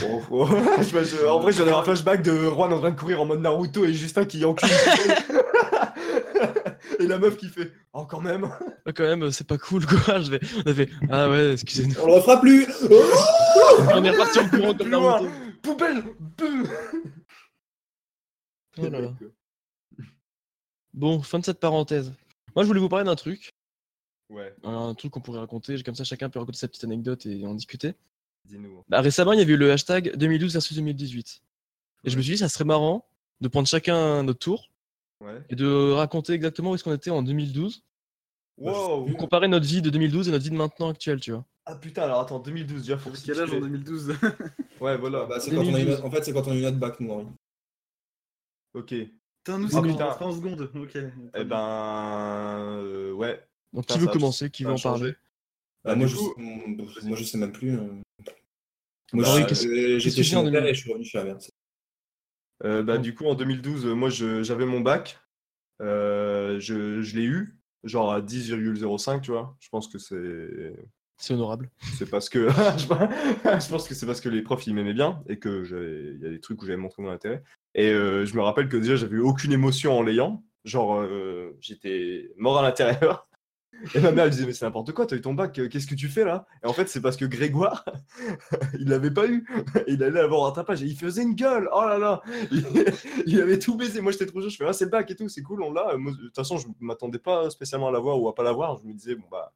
[SPEAKER 2] Bon, faut- je sais pas, je- En vrai, j'en ai un flashback de Juan en train de courir en mode Naruto et Justin qui encule. et la meuf qui fait Oh, quand même
[SPEAKER 1] Ouais, quand même, euh, c'est pas cool, quoi. Je vais... On a fait, ah ouais, excusez-nous.
[SPEAKER 4] On le refera plus! Oh
[SPEAKER 1] On est reparti en courant
[SPEAKER 2] Plus
[SPEAKER 1] comme
[SPEAKER 2] loin.
[SPEAKER 1] Naruto.
[SPEAKER 2] Poubelle Bouh
[SPEAKER 1] Oh là là. Bon, fin de cette parenthèse. Moi, je voulais vous parler d'un truc.
[SPEAKER 2] Ouais,
[SPEAKER 1] un truc qu'on pourrait raconter, comme ça chacun peut raconter sa petite anecdote et en discuter.
[SPEAKER 2] dis-nous.
[SPEAKER 1] Bah, récemment, il y avait eu le hashtag 2012 versus 2018. Et je me suis dit, ça serait marrant de prendre chacun notre tour
[SPEAKER 2] hein. Ouais.
[SPEAKER 1] et de raconter exactement où est-ce qu'on était en 2012.
[SPEAKER 2] Wow
[SPEAKER 1] Vous comparez notre vie de 2012 et notre vie de maintenant actuelle, tu vois.
[SPEAKER 2] Ah putain, alors attends, 2012 déjà, faut
[SPEAKER 3] Parce quel âge Ah, en
[SPEAKER 2] situer.
[SPEAKER 3] 2012
[SPEAKER 2] Ouais, voilà.
[SPEAKER 4] Bah, c'est quand on a eu
[SPEAKER 1] 2012.
[SPEAKER 4] notre- En fait, c'est quand on a eu notre bac, nous, Henri.
[SPEAKER 2] Ok. Eh
[SPEAKER 3] Putain, nous,
[SPEAKER 1] Ah,
[SPEAKER 3] c'est en
[SPEAKER 2] putain. Eh
[SPEAKER 3] 30 secondes. Ok.
[SPEAKER 2] ben. euh, ouais.
[SPEAKER 1] Donc,
[SPEAKER 2] Ça,
[SPEAKER 1] qui
[SPEAKER 2] ça
[SPEAKER 1] veut
[SPEAKER 2] a-
[SPEAKER 1] commencer Qui
[SPEAKER 2] ça
[SPEAKER 1] veut
[SPEAKER 2] a
[SPEAKER 1] en
[SPEAKER 2] changé.
[SPEAKER 1] parler
[SPEAKER 4] Bah,
[SPEAKER 2] Bah,
[SPEAKER 4] moi,
[SPEAKER 2] du
[SPEAKER 4] je
[SPEAKER 2] coup-
[SPEAKER 4] sais... mm, moi, je sais même plus. euh.
[SPEAKER 2] Bah,
[SPEAKER 4] Moi, je sais
[SPEAKER 2] oui,
[SPEAKER 4] que
[SPEAKER 1] qu'est-ce-
[SPEAKER 4] euh,
[SPEAKER 1] qu'est-ce que
[SPEAKER 4] j'étais
[SPEAKER 1] j'ai
[SPEAKER 4] chez
[SPEAKER 1] en
[SPEAKER 4] mon père
[SPEAKER 1] 2000?
[SPEAKER 4] et je suis revenu chez la merde.
[SPEAKER 2] Euh, bah, du coup, en 2012, euh, moi, je- j'avais mon bac. Euh, je je l'ai eu, genre à 10,05, tu vois. Je pense que c'est.
[SPEAKER 1] C'est honorable.
[SPEAKER 2] C'est parce que. je pense- je pense que c'est parce que les profs, ils m'aimaient bien et que j'avais- il y a des trucs où j'avais montré mon intérêt. Et euh, je me rappelle que déjà, j'avais eu aucune émotion en l'ayant. Genre, euh, j'étais mort à l'intérieur. Et ma mère, elle disait, mais c'est n'importe quoi, t'as eu ton bac, euh, qu'est-ce que tu fais là Et en fait, c'est parce que Grégoire, il l'avait pas eu. Il allait avoir un tapage et il faisait une gueule. Oh là là Il, il avait tout baisé. Moi, j'étais trop chaud. Je fais, ah, c'est le bac et tout, c'est cool, on l'a. Moi, De toute façon, je m'attendais pas spécialement à l'avoir ou à pas l'avoir. Je me disais, bon, bah,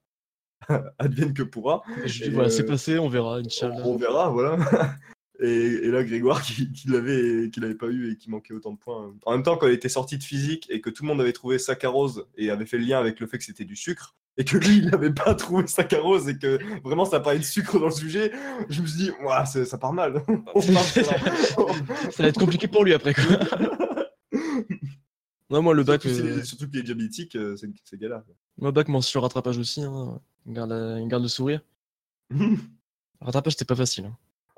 [SPEAKER 2] advienne que pourra.
[SPEAKER 1] Et je dis,
[SPEAKER 2] Et,
[SPEAKER 1] voilà, c'est
[SPEAKER 2] euh,
[SPEAKER 1] passé, on verra, Inch'Allah.
[SPEAKER 2] On, on verra, voilà. Et, et là, Grégoire, qui, qui l'avait qui l'avait pas eu et qui manquait autant de points. En même temps, quand il était sorti de physique et que tout le monde avait trouvé saccharose et avait fait le lien avec le fait que c'était du sucre, et que lui, il n'avait pas trouvé saccharose et que vraiment ça parlait de sucre dans le sujet, je me suis dit, Ouah, ça, ça part mal. On part sur un-
[SPEAKER 1] Ça va être compliqué pour lui après, quoi. non, moi, le bac.
[SPEAKER 2] surtout, s'il
[SPEAKER 1] euh,
[SPEAKER 2] est- surtout qu'il est diabétique, euh, c'est c'est galère.
[SPEAKER 1] Moi, bac, mention rattrapage aussi. Hein. Garde, la- garde le sourire.
[SPEAKER 2] ah
[SPEAKER 1] Rattrapage, c'était pas facile.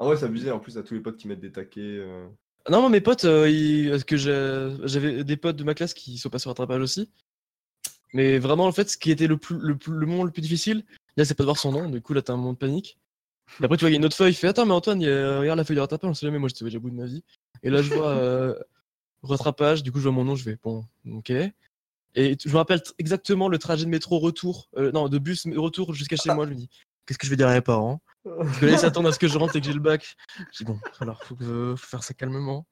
[SPEAKER 1] hein.
[SPEAKER 2] ouais, c'est abusé en plus à tous les potes qui mettent des taquets. euh.
[SPEAKER 1] Non, moi, mes potes, euh, ils- parce que j'ai- j'avais des potes de ma classe qui sont passés au rattrapage aussi. Mais vraiment, en fait, ce qui était le, plus, le, plus- le moment le plus difficile, là, c'est pas de voir son nom. Du coup, là, t'as un moment de panique. Et après, tu vois, il y a une autre feuille. Il fait Attends, mais Antoine, il y a- regarde la feuille de rattrapage. On sait jamais, moi, j'étais déjà au bout de ma vie. Et là, je vois euh, rattrapage. Du coup, je vois mon nom. Je vais Bon, ok. Et t- je me rappelle t- exactement le trajet de métro retour, euh, non, de bus mais retour jusqu'à chez moi. Je me dis Qu'est-ce que je vais dire à mes parents Parce que là, ils s'attendent à ce que je rentre et que j'ai le bac. Je dis Bon, alors, faut, que, faut faire ça calmement.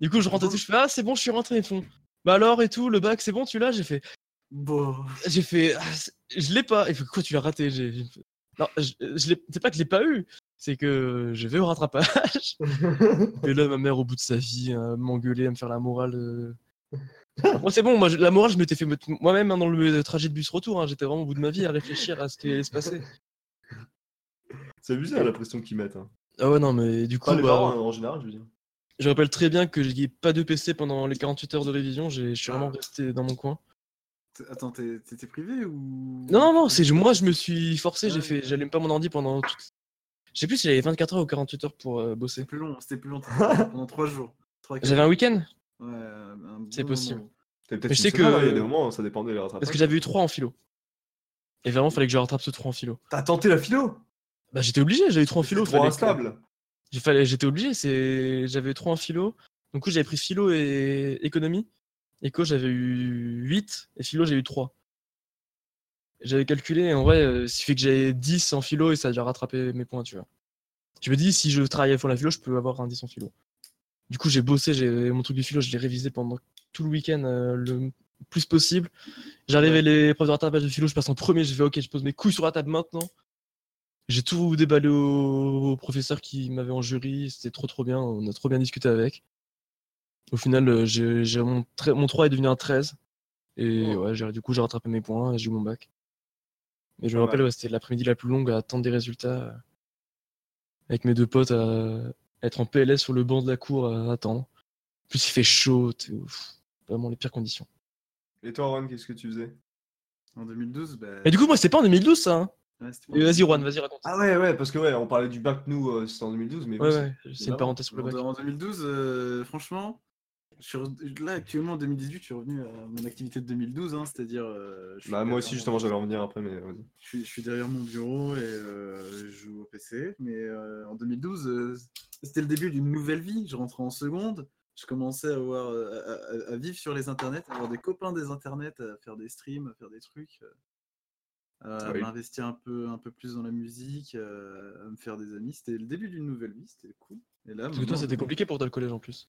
[SPEAKER 1] Du coup, je rentre et tout, je fais Ah, c'est bon, je suis rentré. Ils font Bah alors et tout, le bac, c'est bon, tu l'as J'ai fait
[SPEAKER 3] Bon.
[SPEAKER 1] J'ai fait Ah, c'est- Je l'ai pas. Il fait Quoi, tu l'as raté J'ai- j'ai fait, Non, je, je l'ai- c'est pas que je l'ai pas eu, c'est que je vais au rattrapage. et là, ma mère, au bout de sa vie, à m'engueuler, à me faire la morale. euh. Moi, c'est bon, moi, je- la morale, je m'étais fait me- moi-même hein, dans le trajet de bus retour. hein, J'étais vraiment au bout de ma vie à réfléchir à ce qui allait se passer.
[SPEAKER 2] C'est abusé hein, la pression qu'ils mettent. hein.
[SPEAKER 1] Ah ouais, non, mais du coup,
[SPEAKER 2] Pas les
[SPEAKER 1] bah,
[SPEAKER 2] parents, hein, en général, je veux dire.
[SPEAKER 1] Je rappelle très bien que j'ai pas de PC pendant les 48 heures de révision, j'ai- je suis
[SPEAKER 2] Ah.
[SPEAKER 1] vraiment resté dans mon coin.
[SPEAKER 3] T- Attends, t'es- t'étais privé ou
[SPEAKER 1] Non, non, non, c'est moi je me suis forcé, j'ai
[SPEAKER 2] Ah.
[SPEAKER 3] Ouais.
[SPEAKER 1] fait, j'allume pas mon ordi pendant. tout- Je sais plus si j'avais 24 heures ou 48 heures pour euh, bosser.
[SPEAKER 3] C'était plus long, c'était plus long. t'étais privé Pendant 3 jours. Trois, quatre
[SPEAKER 1] J'avais un week-end
[SPEAKER 2] Ah,
[SPEAKER 3] jours. Ouais, un
[SPEAKER 1] C'est
[SPEAKER 3] bon
[SPEAKER 1] possible.
[SPEAKER 3] moment.
[SPEAKER 2] T'avais peut-être
[SPEAKER 1] Mais je
[SPEAKER 2] une
[SPEAKER 1] sais
[SPEAKER 2] semaine,
[SPEAKER 1] que-
[SPEAKER 2] hein, Il y a des moments, ça dépendait des rattrapages.
[SPEAKER 1] parce que j'avais eu 3 en philo. Et vraiment, fallait que je rattrape ce 3 en philo.
[SPEAKER 2] T'as tenté la philo
[SPEAKER 1] Bah, j'étais obligé, j'avais eu 3 en philo.
[SPEAKER 2] Trop
[SPEAKER 1] fallait que-
[SPEAKER 2] instable.
[SPEAKER 1] j'ai- fallait- J'étais obligé, c'est... j'avais eu 3 en philo. Du coup, j'avais pris philo et économie. Éco, j'avais eu 8 et philo, j'ai eu 3. J'avais calculé, en vrai, euh, il suffit que j'avais 10 en philo et ça a déjà rattrapé mes points, tu vois. Je me dis, si je travaille à fond la philo, je peux avoir un 10 en philo. Du coup, j'ai bossé, j'ai mon truc de philo, je l'ai révisé pendant tout le week-end euh, le plus possible. J'arrivais les preuves de rattrapage de philo, je passe en premier, je vais ok, je pose mes couilles sur la table maintenant. J'ai tout déballé au, au professeur qui m'avait en jury, c'était trop trop bien, on a trop bien discuté avec. Au final, euh, j'ai j'ai- mon, tre- mon 3 est devenu un 13. Et
[SPEAKER 2] Oh.
[SPEAKER 1] ouais, j'ai- du coup, j'ai rattrapé mes points et j'ai eu mon bac. Et je me
[SPEAKER 2] Pas
[SPEAKER 1] rappelle, ouais, c'était l'après-midi la plus longue à attendre des résultats. euh, Avec mes deux potes à être en PLS sur le banc de la cour euh, à attendre. En plus, il fait chaud, t'es ouf, Vraiment les pires conditions.
[SPEAKER 2] Et toi, Ron, qu'est-ce que tu faisais
[SPEAKER 3] En 2012, bah.
[SPEAKER 1] Mais du coup, moi, c'était pas en 2012, ça. hein.
[SPEAKER 3] ouais, c'était pas-
[SPEAKER 1] Et Vas-y, Juan, vas-y, raconte.
[SPEAKER 2] Ah ouais, ouais, parce que ouais, on parlait du bac, nous, euh, c'était en 2012, mais
[SPEAKER 1] ouais,
[SPEAKER 2] vous,
[SPEAKER 1] ouais, c'est une
[SPEAKER 2] là,
[SPEAKER 1] parenthèse sur le
[SPEAKER 3] En,
[SPEAKER 1] bac.
[SPEAKER 3] en 2012, euh, franchement, je suis re- là actuellement en 2018, je suis revenu à mon activité de 2012, hein, c'est-à-dire. euh, je suis
[SPEAKER 2] Bah, moi aussi,
[SPEAKER 3] derrière
[SPEAKER 2] justement,
[SPEAKER 3] mon-
[SPEAKER 2] j'allais en venir après, mais vas-y.
[SPEAKER 3] Je suis, je suis derrière mon bureau et euh, je joue au PC. Mais euh, en 2012, euh, c'était le début d'une nouvelle vie. Je rentrais en seconde, je commençais à, avoir, euh, à, à- à vivre sur les internets, à avoir des copains des internets, à faire des streams, à faire des trucs, euh, à
[SPEAKER 2] Ah Oui.
[SPEAKER 3] m'investir un peu, un peu plus dans la musique, euh, à me faire des amis. C'était le début d'une nouvelle vie, c'était cool. Et là,
[SPEAKER 1] Parce que toi,
[SPEAKER 3] maintenant,
[SPEAKER 1] c'était
[SPEAKER 3] en
[SPEAKER 1] compliqué pour toi le collège en plus.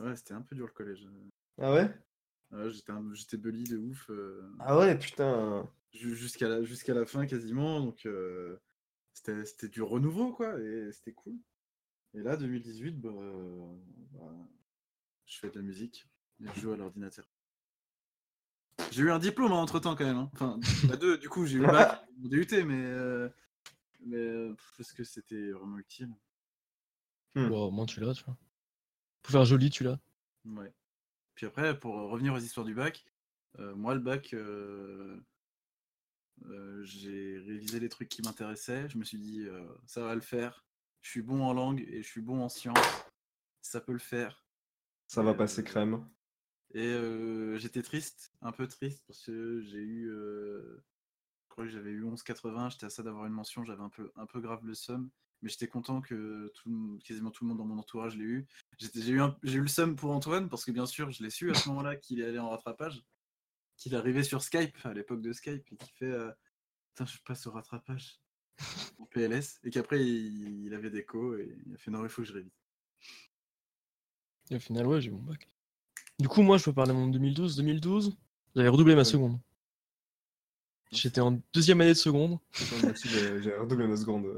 [SPEAKER 3] Ouais, c'était un peu dur le collège.
[SPEAKER 2] Ah ouais
[SPEAKER 3] Ouais, j'étais un- j'étais bully de ouf euh,
[SPEAKER 2] Ah ouais, putain.
[SPEAKER 3] ju- jusqu'à la, jusqu'à la fin quasiment. Donc euh, c'était c'était du renouveau quoi et c'était cool. Et là 2018, bah, euh, bah, je fais de la musique et je joue à l'ordinateur. J'ai eu un diplôme entre temps quand même. hein. Enfin, pas deux, du coup j'ai eu le bac, mon DUT, mais, euh, mais euh, pff, est-ce que c'était vraiment utile?
[SPEAKER 2] Hmm.
[SPEAKER 1] Bon, au moins, tu l'as, tu vois. Pour faire joli, tu l'as.
[SPEAKER 3] Ouais. Puis après, pour euh, revenir aux histoires du bac, euh, moi, le bac, euh, euh, j'ai révisé les trucs qui m'intéressaient. Je me suis dit, euh, ça va le faire. Je suis bon en langue et je suis bon en sciences. Ça peut le faire.
[SPEAKER 2] Ça va passer crème.
[SPEAKER 3] Et euh, j'étais triste, un peu triste, parce que j'ai eu. euh, je crois que j'avais eu 11,80. J'étais à ça d'avoir une mention. J'avais un peu, un peu grave le seum. Mais j'étais content que tout, le monde- quasiment tout le monde dans mon entourage l'ait eu. J'étais- J'ai eu, un- j'ai eu le seum pour Antoine parce que bien sûr, je l'ai su à ce moment-là qu'il est allé en rattrapage, qu'il arrivait sur Skype à l'époque de Skype et qu'il fait euh, Putain, je passe au rattrapage en PLS et qu'après il, il avait des co et il a fait Non, il faut que je révise.
[SPEAKER 1] Et au final, ouais, j'ai eu mon bac. Du coup, moi, je peux parler de mon 2012. 2012, j'avais redoublé ma
[SPEAKER 2] Ouais.
[SPEAKER 1] seconde. J'étais en deuxième année de seconde.
[SPEAKER 2] Putain, moi aussi, j'ai j'ai redoublé ma seconde.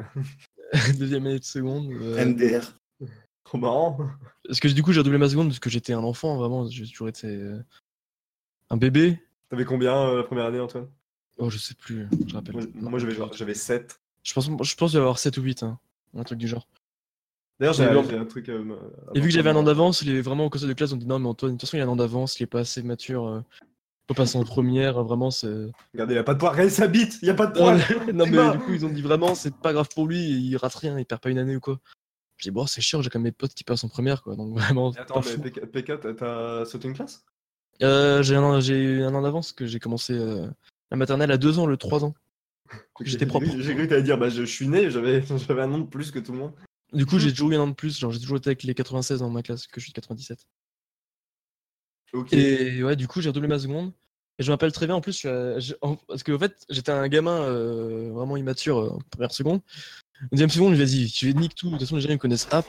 [SPEAKER 1] deuxième année de seconde. euh,
[SPEAKER 4] MDR.
[SPEAKER 2] Trop marrant.
[SPEAKER 1] parce que du coup, j'ai redoublé ma seconde parce que j'étais un enfant, vraiment. J'ai toujours été euh, un bébé.
[SPEAKER 2] T'avais combien euh, la première année, Antoine
[SPEAKER 1] Oh, je sais plus, je rappelle.
[SPEAKER 2] Moi,
[SPEAKER 1] Non,
[SPEAKER 2] moi, j'avais genre- j'avais 7.
[SPEAKER 1] Je pense, je pense avoir 7 ou 8, hein, un truc du genre.
[SPEAKER 2] D'ailleurs,
[SPEAKER 1] Et
[SPEAKER 2] j'avais
[SPEAKER 1] alors-
[SPEAKER 2] j'avais un truc. euh,
[SPEAKER 1] Et vu
[SPEAKER 2] important.
[SPEAKER 1] que j'avais un an d'avance, les vraiment au conseil de classe, on dit non, mais Antoine, de toute façon, il a un an d'avance, il est pas assez mature. euh, faut passer en première, euh, vraiment, c'est.
[SPEAKER 2] Regardez, il a pas de poids. Regardez sa bite, il a pas de
[SPEAKER 1] Non,
[SPEAKER 2] poids.
[SPEAKER 1] mais, non, mais du coup, ils ont dit vraiment, c'est pas grave pour lui, il rate rien, il perd pas une année ou quoi. Je dis, bon, c'est chiant, j'ai quand même mes potes qui passent en première, quoi. Donc vraiment.
[SPEAKER 2] Et
[SPEAKER 1] c'est
[SPEAKER 2] Attends,
[SPEAKER 1] pas
[SPEAKER 2] mais
[SPEAKER 1] fou.
[SPEAKER 2] PK, PK, t'as- t'as sauté une classe
[SPEAKER 1] Euh, j'ai un an, j'ai eu un an d'avance que j'ai commencé euh, la maternelle à deux ans, le 3 ans. J'étais
[SPEAKER 2] J'ai-
[SPEAKER 1] propre.
[SPEAKER 2] J'ai cru que t'allais dire, bah, je, je suis né, j'avais j'avais un an de plus que tout le monde.
[SPEAKER 1] Du
[SPEAKER 2] Mhm.
[SPEAKER 1] coup, j'ai toujours eu un an de plus. Genre, j'ai toujours été avec les 96 dans ma classe, que je suis de 97.
[SPEAKER 2] Ok.
[SPEAKER 1] Et ouais, du coup, j'ai redoublé ma seconde. Et je m'appelle très bien en plus, je suis à- je- en- parce que en fait, j'étais un gamin euh, vraiment immature euh, en première seconde. En deuxième seconde, je lui ai dit, tu niques tout, de toute façon, les gens ils me connaissent app.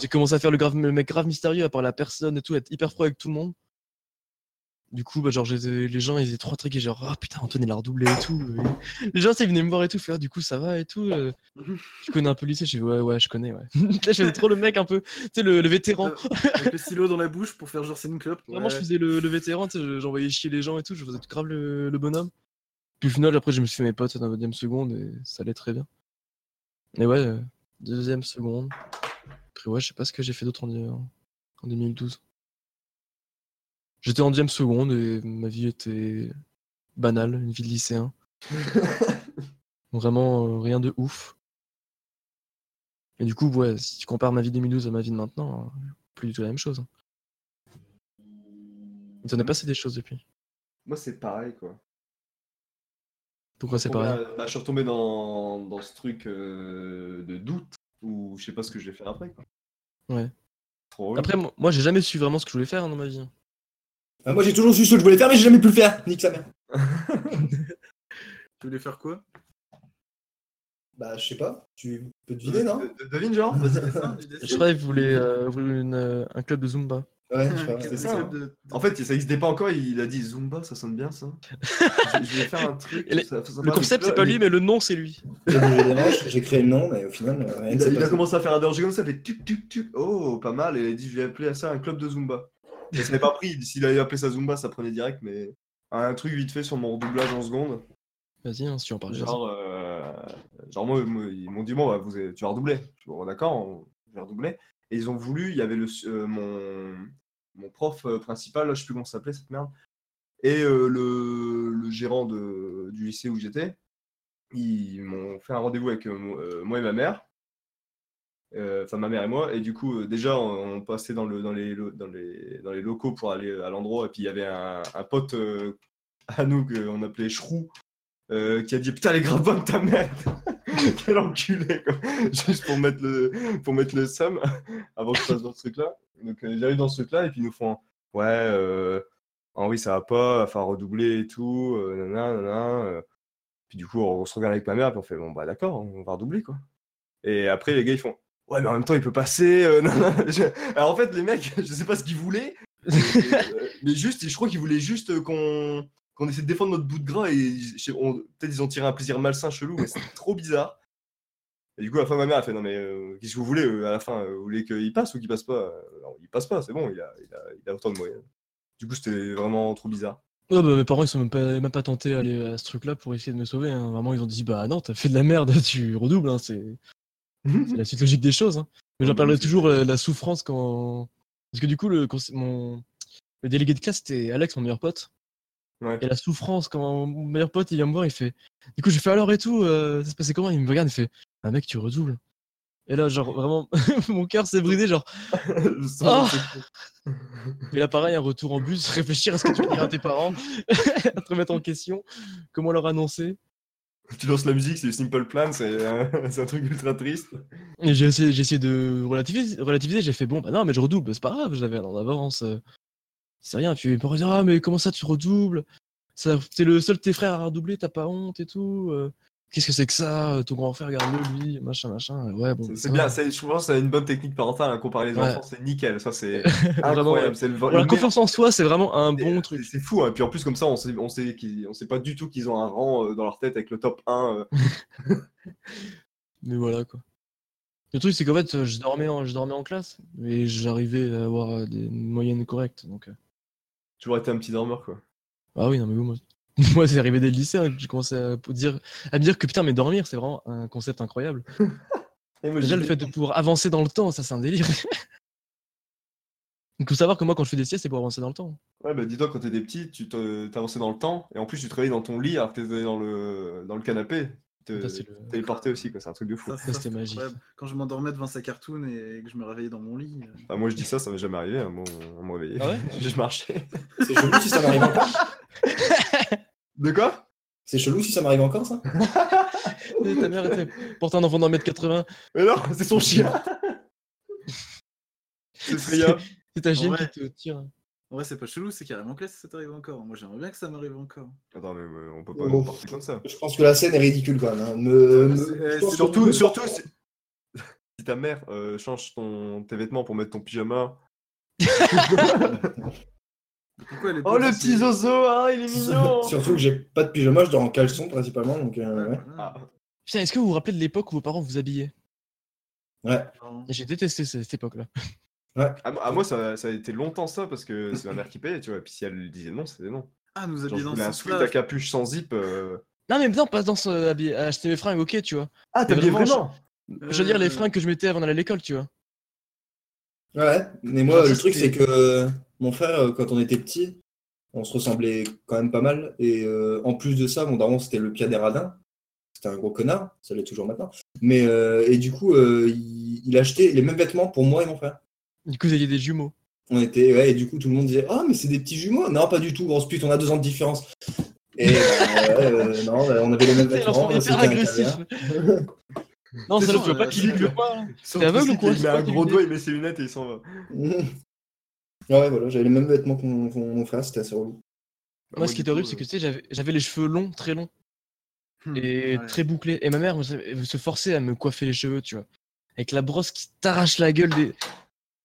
[SPEAKER 1] J'ai commencé à faire le, grave, le mec grave mystérieux, à parler à personne et tout, à être hyper pro avec tout le monde. Du coup, bah, genre, j'étais- les gens, ils étaient trop intrigués, genre, ah putain, Antoine, il a redoublé et tout. Et les gens, ils venaient me voir et tout, faire, du coup, ça va et tout. euh, tu connais un peu le lycée, je dis, ouais, ouais, je connais, ouais. je faisais trop le mec un peu, tu sais, le- le vétéran.
[SPEAKER 3] Avec le stylo dans la bouche pour faire genre c'est une clope.
[SPEAKER 1] Vraiment, je
[SPEAKER 3] Ouais.
[SPEAKER 1] faisais le, le vétéran, tu sais, je- j'envoyais chier les gens et tout, je faisais grave le, le bonhomme. Puis au final, après, je me suis fait mes potes dans la deuxième seconde et ça allait très bien. Mais ouais, euh, deuxième seconde. Après, ouais, je sais pas ce que j'ai fait d'autre en, en- en 2012. J'étais en deuxième seconde et ma vie était banale, une vie de lycéen. Vraiment euh, rien de ouf. Et du coup, ouais, si tu compares ma vie 2012 à ma vie de maintenant, euh, plus du tout la même chose. Il t'en est passé des choses depuis.
[SPEAKER 2] Moi, c'est pareil, quoi.
[SPEAKER 1] Pourquoi c'est
[SPEAKER 2] Pour
[SPEAKER 1] pareil
[SPEAKER 2] moi, bah, je suis retombé dans, dans ce truc euh, de doute, ou je sais pas ce que je vais faire après, quoi.
[SPEAKER 1] Ouais.
[SPEAKER 2] Trop horrible.
[SPEAKER 1] Après, moi, moi, j'ai jamais su vraiment ce que je voulais faire hein, dans ma vie.
[SPEAKER 4] Ah, moi j'ai toujours su ce que je voulais faire, mais j'ai jamais pu le faire. Nique sa mère.
[SPEAKER 3] Tu voulais faire quoi
[SPEAKER 4] Bah je sais pas, tu peux deviner, non
[SPEAKER 2] De- de- Devine, genre vas-y.
[SPEAKER 3] Ça, du
[SPEAKER 1] Je
[SPEAKER 3] dessin
[SPEAKER 1] croyais que vous voulez euh, ouvrir une, euh, un club de Zumba.
[SPEAKER 2] Bah,
[SPEAKER 4] Ouais, je sais pas.
[SPEAKER 3] Des
[SPEAKER 2] c'est ça,
[SPEAKER 3] clubs
[SPEAKER 2] hein.
[SPEAKER 3] Ah, de-
[SPEAKER 2] En fait, ça n'existait pas encore, il a dit Zumba, ça sonne bien, ça. je, je vais faire un truc.
[SPEAKER 1] Et le-
[SPEAKER 2] ça- ça- ça-
[SPEAKER 1] Le concept, c'est pas lui, mais le nom, c'est lui.
[SPEAKER 4] J'ai bougé des manches, j'ai créé le nom, mais au final, euh, rien
[SPEAKER 2] Il
[SPEAKER 4] que
[SPEAKER 2] a,
[SPEAKER 4] ça
[SPEAKER 2] il a
[SPEAKER 4] passe.
[SPEAKER 2] commencé à faire un danger comme ça, fait tuc tuc tuc. Oh, pas mal. Et il a dit, je vais appeler à ça un club de Zumba. Et ça n'est pas pris. S'il avait appelé ça Zumba, ça prenait direct, mais un truc vite fait sur mon redoublage en seconde.
[SPEAKER 1] Vas-y, hein, si tu en parles. vas-y.
[SPEAKER 2] Genre, euh, genre moi, moi, ils m'ont dit, bon, bah, vous, avez- tu vas redoubler. Je dis, Bon, d'accord, on- je vais redoubler. Et ils ont voulu, il y avait le, su- euh, mon, mon prof euh, principal, je sais plus comment ça s'appelait cette merde, et euh, le, le gérant de, du lycée où j'étais. Ils m'ont fait un rendez-vous avec euh, mo- euh, moi et ma mère. Euh, Enfin, ma mère et moi, et du coup, euh, déjà, on, on passait dans, le, dans, les, lo- dans, les, dans les locaux pour aller à l'endroit, et puis il y avait un, un pote euh, à nous qu'on appelait Chrou, euh, qui a dit putain les graves bonnes ta mère quel enculé quoi. juste pour mettre le pour mettre le somme avant que je fasse dans ce truc là donc euh, j'arrive dans ce truc là et puis ils nous font ouais euh, ah oui ça va pas enfin redoubler et tout euh, nanana, nanana, euh. puis du coup on, se regarde avec ma mère puis on fait bon bah d'accord on va redoubler quoi et après les gars ils font ouais mais en même temps il peut passer euh, nanana. Je- alors en fait les mecs je sais pas ce qu'ils voulaient mais, euh, mais juste je crois qu'ils voulaient juste euh, qu'on qu'on essaie de défendre notre bout de gras et ils- je sais- on- peut-être ils ont tiré un plaisir malsain chelou, mais c'était trop bizarre. Et du coup, à la fin, ma mère a fait Non, mais euh, qu'est-ce que vous voulez euh, à la fin euh, Vous voulez qu'il passe ou qu'il passe pas euh, Non, il passe pas, c'est bon, il a, il, a, il a autant de moyens. Du coup, c'était vraiment trop bizarre.
[SPEAKER 1] Ouais, bah, mes parents, ils sont même pas, même pas tentés à aller à ce truc-là pour essayer de me sauver. hein. Vraiment, ils ont dit Bah non, t'as fait de la merde, tu redoubles. hein, C'est c'est la suite logique des choses. hein. Mais
[SPEAKER 2] Ouais,
[SPEAKER 1] j'en
[SPEAKER 2] mais
[SPEAKER 1] parlerai
[SPEAKER 2] c'est-
[SPEAKER 1] toujours euh, la souffrance quand. Parce que du coup, le, conse- mon... le délégué de classe, c'était Alex, mon meilleur pote.
[SPEAKER 2] Ouais.
[SPEAKER 1] Et la souffrance, quand mon meilleur pote, il vient me voir, il fait Du coup, je fais alors et tout, euh, ça se passait comment Il me regarde, il fait Ah mec, tu redoubles. Et là, genre, vraiment, mon cœur s'est brisé, genre.
[SPEAKER 2] Le son,
[SPEAKER 1] Ah
[SPEAKER 2] c'est-
[SPEAKER 1] Et là, pareil, un retour en bus, réfléchir à ce que tu vas dire à tes parents, à te remettre en question, comment leur annoncer.
[SPEAKER 2] tu lances la musique, c'est du Simple Plan, c'est euh, c'est un truc ultra triste.
[SPEAKER 1] Et j'ai essayé, j'ai essayé de relativiser, relativiser, j'ai fait bon, bah non, mais je redouble, c'est pas grave, j'avais un an d'avance. euh, C'est rien, puis ils me dire, ah, mais comment ça, tu redoubles Ça, T'es le seul de tes frères à redoubler, t'as pas honte et tout. euh, Qu'est-ce que c'est que ça euh, Ton grand frère, garde-le, lui, machin, machin. Ouais, bon. bah,
[SPEAKER 2] C'est-
[SPEAKER 1] ça
[SPEAKER 2] C'est
[SPEAKER 1] va.
[SPEAKER 2] bien, c'est- je pense que c'est une bonne technique parentale, hein, comparer les
[SPEAKER 1] Ouais.
[SPEAKER 2] enfants, c'est nickel. Ça, c'est
[SPEAKER 1] Vraiment, ouais.
[SPEAKER 2] incroyable. c'est le-
[SPEAKER 1] Bon,
[SPEAKER 2] le
[SPEAKER 1] la
[SPEAKER 2] meilleur-
[SPEAKER 1] confiance en soi, c'est vraiment un
[SPEAKER 2] Mais,
[SPEAKER 1] bon
[SPEAKER 2] euh,
[SPEAKER 1] truc.
[SPEAKER 2] c'est- C'est fou, hein. et puis en plus comme ça, on sait, on sait, qu'ils- on sait pas du tout qu'ils ont un rang euh, dans leur tête avec le top 1. euh.
[SPEAKER 1] Mais voilà quoi. Le truc c'est qu'en fait euh, je dormais en, je dormais en classe mais j'arrivais à avoir euh, des moyennes correctes donc euh,
[SPEAKER 2] Tu aurais été un petit dormeur, quoi.
[SPEAKER 1] ah oui non mais bon, moi, moi c'est arrivé dès le lycée hein, que j'ai commencé à, p- dire, à me dire que putain mais dormir c'est vraiment un concept incroyable.
[SPEAKER 2] Et moi,
[SPEAKER 1] Déjà
[SPEAKER 2] j'ai-
[SPEAKER 1] le fait de pouvoir avancer dans le temps ça c'est un délire. Il faut savoir que moi quand je fais des siestes c'est pour avancer dans le temps.
[SPEAKER 2] Ouais, bah, dis-toi, quand t'étais petit, tu te- t'avançais dans le temps, et en plus, tu travaillais dans ton lit alors que t'étais dans le, dans le canapé. te
[SPEAKER 1] Ça, c'est le-
[SPEAKER 2] téléporter aussi, quoi. C'est un truc de fou.
[SPEAKER 1] Ça, c'était magique.
[SPEAKER 3] incroyable. Quand je m'endormais devant sa cartoon et que je me réveillais dans mon lit. euh,
[SPEAKER 2] Ah, moi, je dis ça, ça m'est jamais arrivé. hein. Moi, on on me réveillait.
[SPEAKER 1] Ah ouais
[SPEAKER 2] je marchais.
[SPEAKER 4] C'est chelou si ça m'arrive encore.
[SPEAKER 2] De quoi
[SPEAKER 4] C'est chelou si ça m'arrive encore, ça
[SPEAKER 1] Et ta mère était pourtant un enfant d'un mètre 80.
[SPEAKER 2] Mais non, c'est son chien. c'est Freya.
[SPEAKER 1] C'est ta gêne
[SPEAKER 3] Ouais.
[SPEAKER 1] qui te tire.
[SPEAKER 3] En vrai, c'est pas chelou, c'est carrément classe si ça t'arrive encore. Moi, j'aimerais bien que ça m'arrive encore.
[SPEAKER 2] Attends, mais euh, on peut pas
[SPEAKER 4] Oh.
[SPEAKER 2] nous parler comme ça.
[SPEAKER 4] Je pense que la scène est ridicule quand même. hein.
[SPEAKER 2] Ah,
[SPEAKER 4] Me- me-
[SPEAKER 3] C'est-
[SPEAKER 4] je
[SPEAKER 2] euh,
[SPEAKER 4] pense
[SPEAKER 2] Surtout,
[SPEAKER 4] que-
[SPEAKER 2] surtout si... si ta mère euh, change ton... tes vêtements pour mettre ton pyjama.
[SPEAKER 3] Pourquoi elle est
[SPEAKER 2] Oh, le
[SPEAKER 3] petite,
[SPEAKER 2] petit
[SPEAKER 3] c'est-
[SPEAKER 2] zozo, hein, il est mignon.
[SPEAKER 4] Surtout que j'ai pas de pyjama, je dors en caleçon principalement, donc
[SPEAKER 3] Ouais,
[SPEAKER 4] euh, ouais.
[SPEAKER 2] Ah,
[SPEAKER 3] voilà.
[SPEAKER 1] Putain, est-ce que vous vous rappelez de l'époque où vos parents vous habillaient Ah.
[SPEAKER 3] Non.
[SPEAKER 1] J'ai détesté ce- cette époque-là.
[SPEAKER 2] à, ah, moi- à moi, ça, ça a été longtemps ça parce que c'est ma mère qui payait, tu vois. Et puis si elle disait non, c'était non.
[SPEAKER 3] Ah, nous
[SPEAKER 2] Genre,
[SPEAKER 3] habillons
[SPEAKER 2] je
[SPEAKER 3] dans
[SPEAKER 2] voulais un
[SPEAKER 3] ce
[SPEAKER 2] sweat
[SPEAKER 3] sens-là.
[SPEAKER 2] à capuche sans zip. euh,
[SPEAKER 1] Non, mais non, pas dans ce habillé- à acheter mes fringues, ok, tu vois.
[SPEAKER 2] Ah,
[SPEAKER 1] t'as bien
[SPEAKER 2] vraiment
[SPEAKER 1] Je veux dire, les
[SPEAKER 3] Euh.
[SPEAKER 1] fringues que je mettais avant d'aller à l'école, tu vois.
[SPEAKER 4] Ouais, mais moi,
[SPEAKER 1] Genre,
[SPEAKER 4] le
[SPEAKER 1] ça,
[SPEAKER 4] truc, c'est
[SPEAKER 1] c'était-
[SPEAKER 4] que euh, mon frère, euh, quand on était petit, on se ressemblait quand même pas mal. Et euh, en plus de ça, mon daron, c'était le pire des radins. C'était un gros connard, ça l'est toujours maintenant. Mais euh, et du coup, euh, il, il achetait les mêmes vêtements pour moi et mon frère.
[SPEAKER 1] Du coup, vous aviez des jumeaux.
[SPEAKER 4] On était, ouais, et du coup, tout le monde disait Ah, mais c'est des petits jumeaux. Non, pas du tout, grosse pute, on a deux ans de différence. Et bah, ouais, euh, non, bah, on avait les mêmes
[SPEAKER 1] C'est
[SPEAKER 4] vêtements.
[SPEAKER 1] l'enfant
[SPEAKER 4] c'était
[SPEAKER 1] hyper
[SPEAKER 4] un
[SPEAKER 1] agressif.
[SPEAKER 4] calvaire.
[SPEAKER 1] non,
[SPEAKER 3] C'est
[SPEAKER 1] celle-là,
[SPEAKER 3] sûr,
[SPEAKER 1] tu vois pas hein.
[SPEAKER 3] euh,
[SPEAKER 1] qui
[SPEAKER 3] ça-
[SPEAKER 1] lit que moi. là.
[SPEAKER 2] Surtout
[SPEAKER 1] aveugle
[SPEAKER 2] si
[SPEAKER 1] ou quoi
[SPEAKER 2] Il
[SPEAKER 1] C'est
[SPEAKER 2] met
[SPEAKER 1] quoi
[SPEAKER 2] un
[SPEAKER 1] tes
[SPEAKER 2] gros
[SPEAKER 1] lunettes
[SPEAKER 2] doigt, il met ses lunettes et il s'en va. Bah,
[SPEAKER 4] Ah ouais, voilà, j'avais les mêmes vêtements qu'on qu'on- mon frère, c'était assez relou.
[SPEAKER 2] Bah,
[SPEAKER 1] Moi, ce qui était horrible,
[SPEAKER 2] euh,
[SPEAKER 1] c'est que tu sais, j'avais- j'avais les cheveux longs, très longs
[SPEAKER 3] Hmm,
[SPEAKER 1] et
[SPEAKER 3] ouais.
[SPEAKER 1] très bouclés. Et ma mère elle me- elle se forçait à me coiffer les cheveux, tu vois. Avec la brosse qui t'arrache la gueule. des-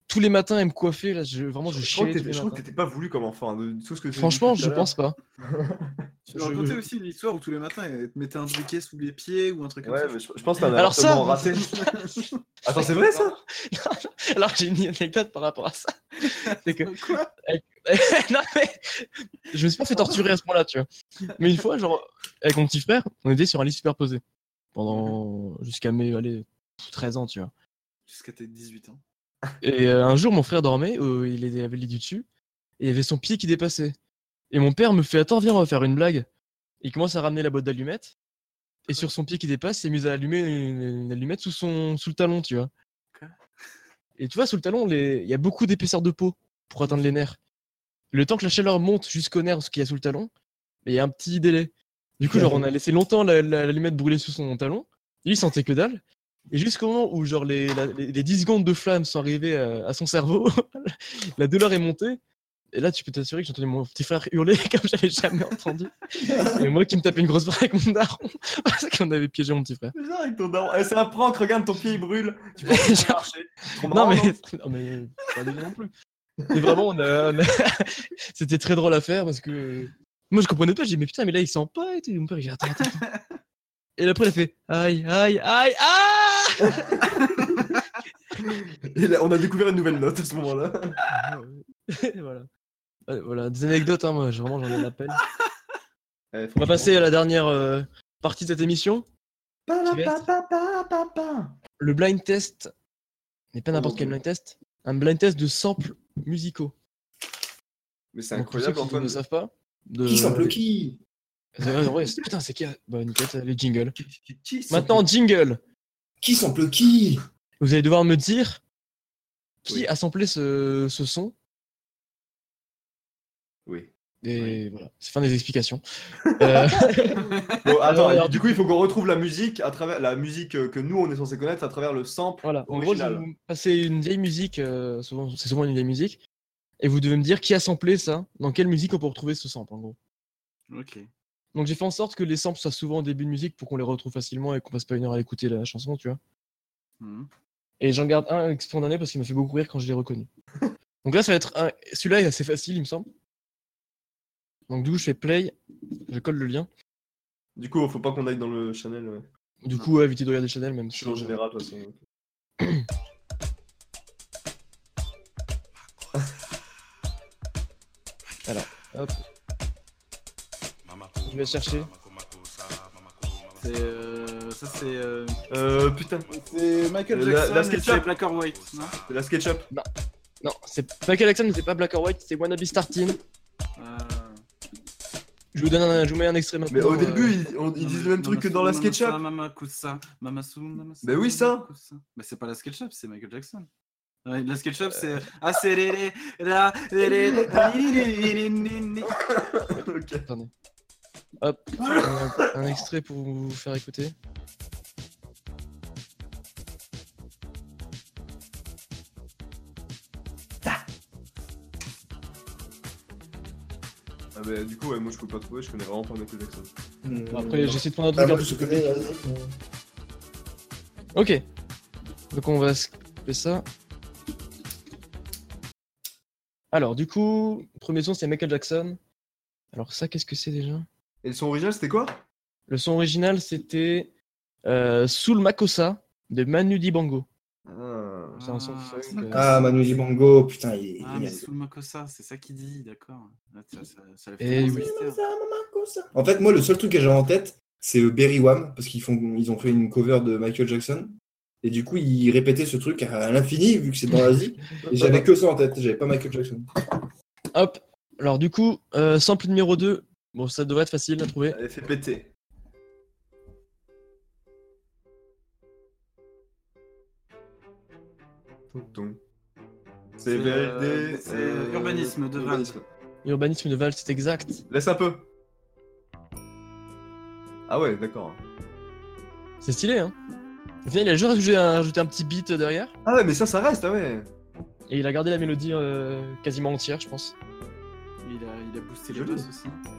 [SPEAKER 1] Tous les matins, elle me coiffait. Là, je... Vraiment, je,
[SPEAKER 2] Je crois
[SPEAKER 1] chialais
[SPEAKER 2] que
[SPEAKER 1] tous
[SPEAKER 2] t'étais-
[SPEAKER 1] les
[SPEAKER 2] je crois que
[SPEAKER 1] matins.
[SPEAKER 2] t'étais pas voulu comme enfant. hein, de tout ce que tu as dit
[SPEAKER 1] Franchement,
[SPEAKER 2] tout à
[SPEAKER 1] je
[SPEAKER 2] l'heure.
[SPEAKER 1] pense pas.
[SPEAKER 3] Tu me racontais aussi une histoire où tous les matins, elle te mettait un briquet sous les pieds ou un truc comme
[SPEAKER 2] Ouais,
[SPEAKER 3] ça.
[SPEAKER 2] mais je, je pense que t'as un
[SPEAKER 1] Alors ça,
[SPEAKER 2] appartement raté. Attends, c'est vrai ça
[SPEAKER 1] Alors, j'ai une anecdote par rapport à ça. C'est que
[SPEAKER 3] Quoi
[SPEAKER 1] non, mais je me suis pas fait torturer à ce point-là, tu vois. Mais une fois, genre, avec mon petit frère, on était sur un lit superposé pendant jusqu'à mes allez, 13 ans, tu vois.
[SPEAKER 3] Jusqu'à tes 18 ans.
[SPEAKER 1] Et euh, un jour, mon frère dormait, euh, il était- avait le lit du dessus, et il y avait son pied qui dépassait. Et mon père me fait Attends, viens, on va faire une blague. Il commence à ramener la boîte d'allumettes, et sur son pied qui dépasse, il s'est mis à allumer une, une allumette sous, son, sous le talon, tu vois.
[SPEAKER 3] Quoi
[SPEAKER 1] Et tu vois, sous le talon, les- il y a beaucoup d'épaisseur de peau pour atteindre les nerfs. Le temps que la chaleur monte jusqu'aux nerfs, ce qu'il y a sous le talon, mais il y a un petit délai. Du coup, genre, on a laissé longtemps la- la- l'allumette brûler sous son talon, et lui, il sentait que dalle. Et jusqu'au moment où genre les, la- les, les 10 secondes de flamme sont arrivées euh, à, à son cerveau, la douleur est montée. Et là, tu peux t'assurer que j'entendais mon petit frère hurler comme j'avais jamais entendu. Et moi qui me tapais une grosse barre avec mon daron parce qu'on avait piégé mon petit frère.
[SPEAKER 2] C'est ça, avec ton daron. Eh, c'est un prank, regarde ton pied il brûle. Tu peux
[SPEAKER 1] Genre-
[SPEAKER 2] marcher. Trop
[SPEAKER 1] Non
[SPEAKER 2] marrant, hein.
[SPEAKER 1] mais,
[SPEAKER 2] non
[SPEAKER 1] non, mais euh, pas délire non plus. Mais vraiment, on a- on a- c'était très drôle à faire parce que moi je comprenais pas. J'ai dit mais putain mais là il sent pas et tout. Mon père il dit attends attends. attends. Et après il a fait aïe aïe aïe aïe.
[SPEAKER 2] Et là, on a découvert une nouvelle note à ce moment-là.
[SPEAKER 1] voilà. Ouais, voilà, des anecdotes, hein, moi, je- vraiment, j'en ai la peine.
[SPEAKER 2] Eh,
[SPEAKER 1] On va passer à la dernière euh, partie de cette émission. qui va être Le blind test, mais pas n'importe quel blind test, un blind test de samples musicaux.
[SPEAKER 2] Mais c'est
[SPEAKER 1] Donc, pour ceux
[SPEAKER 2] incroyable,
[SPEAKER 1] qui ne
[SPEAKER 2] Antoine.
[SPEAKER 1] savent pas. De...
[SPEAKER 3] Euh,
[SPEAKER 4] Qui semble qui
[SPEAKER 1] Ouais, ouais, c'est- putain, c'est qui euh, Bah, nickel, t'as les jingles.
[SPEAKER 3] Qui- qui sont-
[SPEAKER 1] Maintenant, jingle
[SPEAKER 4] Qui semble qui
[SPEAKER 1] Vous allez devoir me dire qui
[SPEAKER 2] Oui.
[SPEAKER 1] a samplé ce, ce son.
[SPEAKER 2] Oui.
[SPEAKER 1] Et voilà, c'est fin des explications. Euh,
[SPEAKER 2] Bon, attends,
[SPEAKER 1] Alors,
[SPEAKER 2] du coup, il faut qu'on retrouve la musique à travers la musique euh, que nous on est censé connaître à travers le sample.
[SPEAKER 1] Voilà, en gros, je vais
[SPEAKER 2] Original.
[SPEAKER 1] vous passer une vieille musique, euh, souvent- c'est souvent une vieille musique, et vous devez me dire qui a samplé ça, dans quelle musique on peut retrouver ce sample, en gros.
[SPEAKER 3] Ok.
[SPEAKER 1] Donc j'ai fait en sorte que les samples soient souvent en début de musique pour qu'on les retrouve facilement et qu'on passe pas une heure à écouter la chanson, tu vois.
[SPEAKER 3] Hmm.
[SPEAKER 1] Et j'en garde un exponenté parce qu'il m'a fait beaucoup rire quand je l'ai reconnu. Donc là, ça va être un... Celui-là est assez facile, il me semble. Donc du coup, je fais play, je colle le lien.
[SPEAKER 2] Du coup, faut pas qu'on aille dans le Chanel. ouais.
[SPEAKER 1] Du coup, ouais, évitez de regarder Chanel, même
[SPEAKER 2] Je
[SPEAKER 1] si...
[SPEAKER 2] suis en général, de toute façon.
[SPEAKER 1] Hop. Je vais chercher.
[SPEAKER 3] C'est, euh, ça, c'est. euh,
[SPEAKER 2] Euh, putain,
[SPEAKER 3] C'est Michael
[SPEAKER 2] Euh, la-
[SPEAKER 3] Jackson,
[SPEAKER 2] la
[SPEAKER 3] et
[SPEAKER 2] SketchUp.
[SPEAKER 3] c'est Black or White, non
[SPEAKER 2] c'est la SketchUp.
[SPEAKER 1] Non,
[SPEAKER 3] Ah.
[SPEAKER 1] c'est pas Jackson, c'est pas Black or White, c'est Wannabe Starting.
[SPEAKER 3] Euh,
[SPEAKER 1] Je Je vous donne un, je vous mets un extrait maintenant.
[SPEAKER 2] Mais au
[SPEAKER 1] euh,
[SPEAKER 2] début, ils, on- ils
[SPEAKER 3] Non,
[SPEAKER 2] disent
[SPEAKER 3] mais
[SPEAKER 2] le même truc que dans la
[SPEAKER 3] Mamasu,
[SPEAKER 2] SketchUp.
[SPEAKER 3] Mamasu, Mamakusa, Mamasu, Mamasu,
[SPEAKER 2] Mais oui, ça.
[SPEAKER 3] Mamakusa. Mais c'est pas la SketchUp, c'est Michael Jackson. Ouais, La SketchUp,
[SPEAKER 1] Euh.
[SPEAKER 3] c'est. Ah, c'est. ré, ré, ra, ré, ré, ri, ri, ri, ri, ri, ri.
[SPEAKER 2] Ok.
[SPEAKER 1] Attendez. Hop, un, Euh, un extrait pour vous faire écouter.
[SPEAKER 2] Ah, bah, du coup, ouais, moi je peux pas trouver, je connais vraiment pas Michael Jackson.
[SPEAKER 1] Après, j'essaie de prendre un
[SPEAKER 4] Ah,
[SPEAKER 1] truc
[SPEAKER 4] moi,
[SPEAKER 1] un peu-
[SPEAKER 4] je connais, vas-y, mais-
[SPEAKER 1] Ok. Donc on va skipper ça. Alors, du coup, premier son, c'est Michael Jackson. Alors ça, qu'est-ce que c'est déjà
[SPEAKER 2] Et son original, c'était quoi
[SPEAKER 1] Le son original, c'était euh, Soul Makossa de Manu Dibango.
[SPEAKER 2] Ah.
[SPEAKER 1] C'est un son
[SPEAKER 3] Ah,
[SPEAKER 1] funk,
[SPEAKER 3] c'est
[SPEAKER 1] euh.
[SPEAKER 4] Ah, Manu Dibango, putain, il est.
[SPEAKER 3] Ah, mais
[SPEAKER 4] génial.
[SPEAKER 3] sous le Makosa, c'est ça qu'il dit, d'accord. Là, Ça, ça, ça le
[SPEAKER 1] Eh
[SPEAKER 3] fait penser
[SPEAKER 1] oui.
[SPEAKER 3] au mystère.
[SPEAKER 4] En fait, moi, le seul truc que j'avais en tête, c'est euh, Berry Wham, parce qu'ils font, ils ont fait une cover de Michael Jackson. Et du coup, ils répétaient ce truc à l'infini, vu que c'est dans l'Asie. Et j'avais que ça en tête, j'avais pas Michael Jackson.
[SPEAKER 1] Hop. Alors du coup, euh, sample numéro 2. Bon, ça devrait être facile à trouver.
[SPEAKER 2] Elle fait péter. Tonton. C'est
[SPEAKER 3] C'est, euh,
[SPEAKER 2] vérité.
[SPEAKER 3] c'est urbanisme de Vannes.
[SPEAKER 1] Urbanisme de Val, c'est exact.
[SPEAKER 2] Laisse un peu. Ah ouais, d'accord.
[SPEAKER 1] C'est stylé, hein Au final, il a juste rajouté un, rajouté un petit beat derrière.
[SPEAKER 2] Ah ouais, mais ça, ça reste, ah ouais.
[SPEAKER 1] Et il a gardé la mélodie euh, quasiment entière, je pense.
[SPEAKER 3] Il a, il a boosté les
[SPEAKER 2] Joli.
[SPEAKER 3] bosses aussi. hein.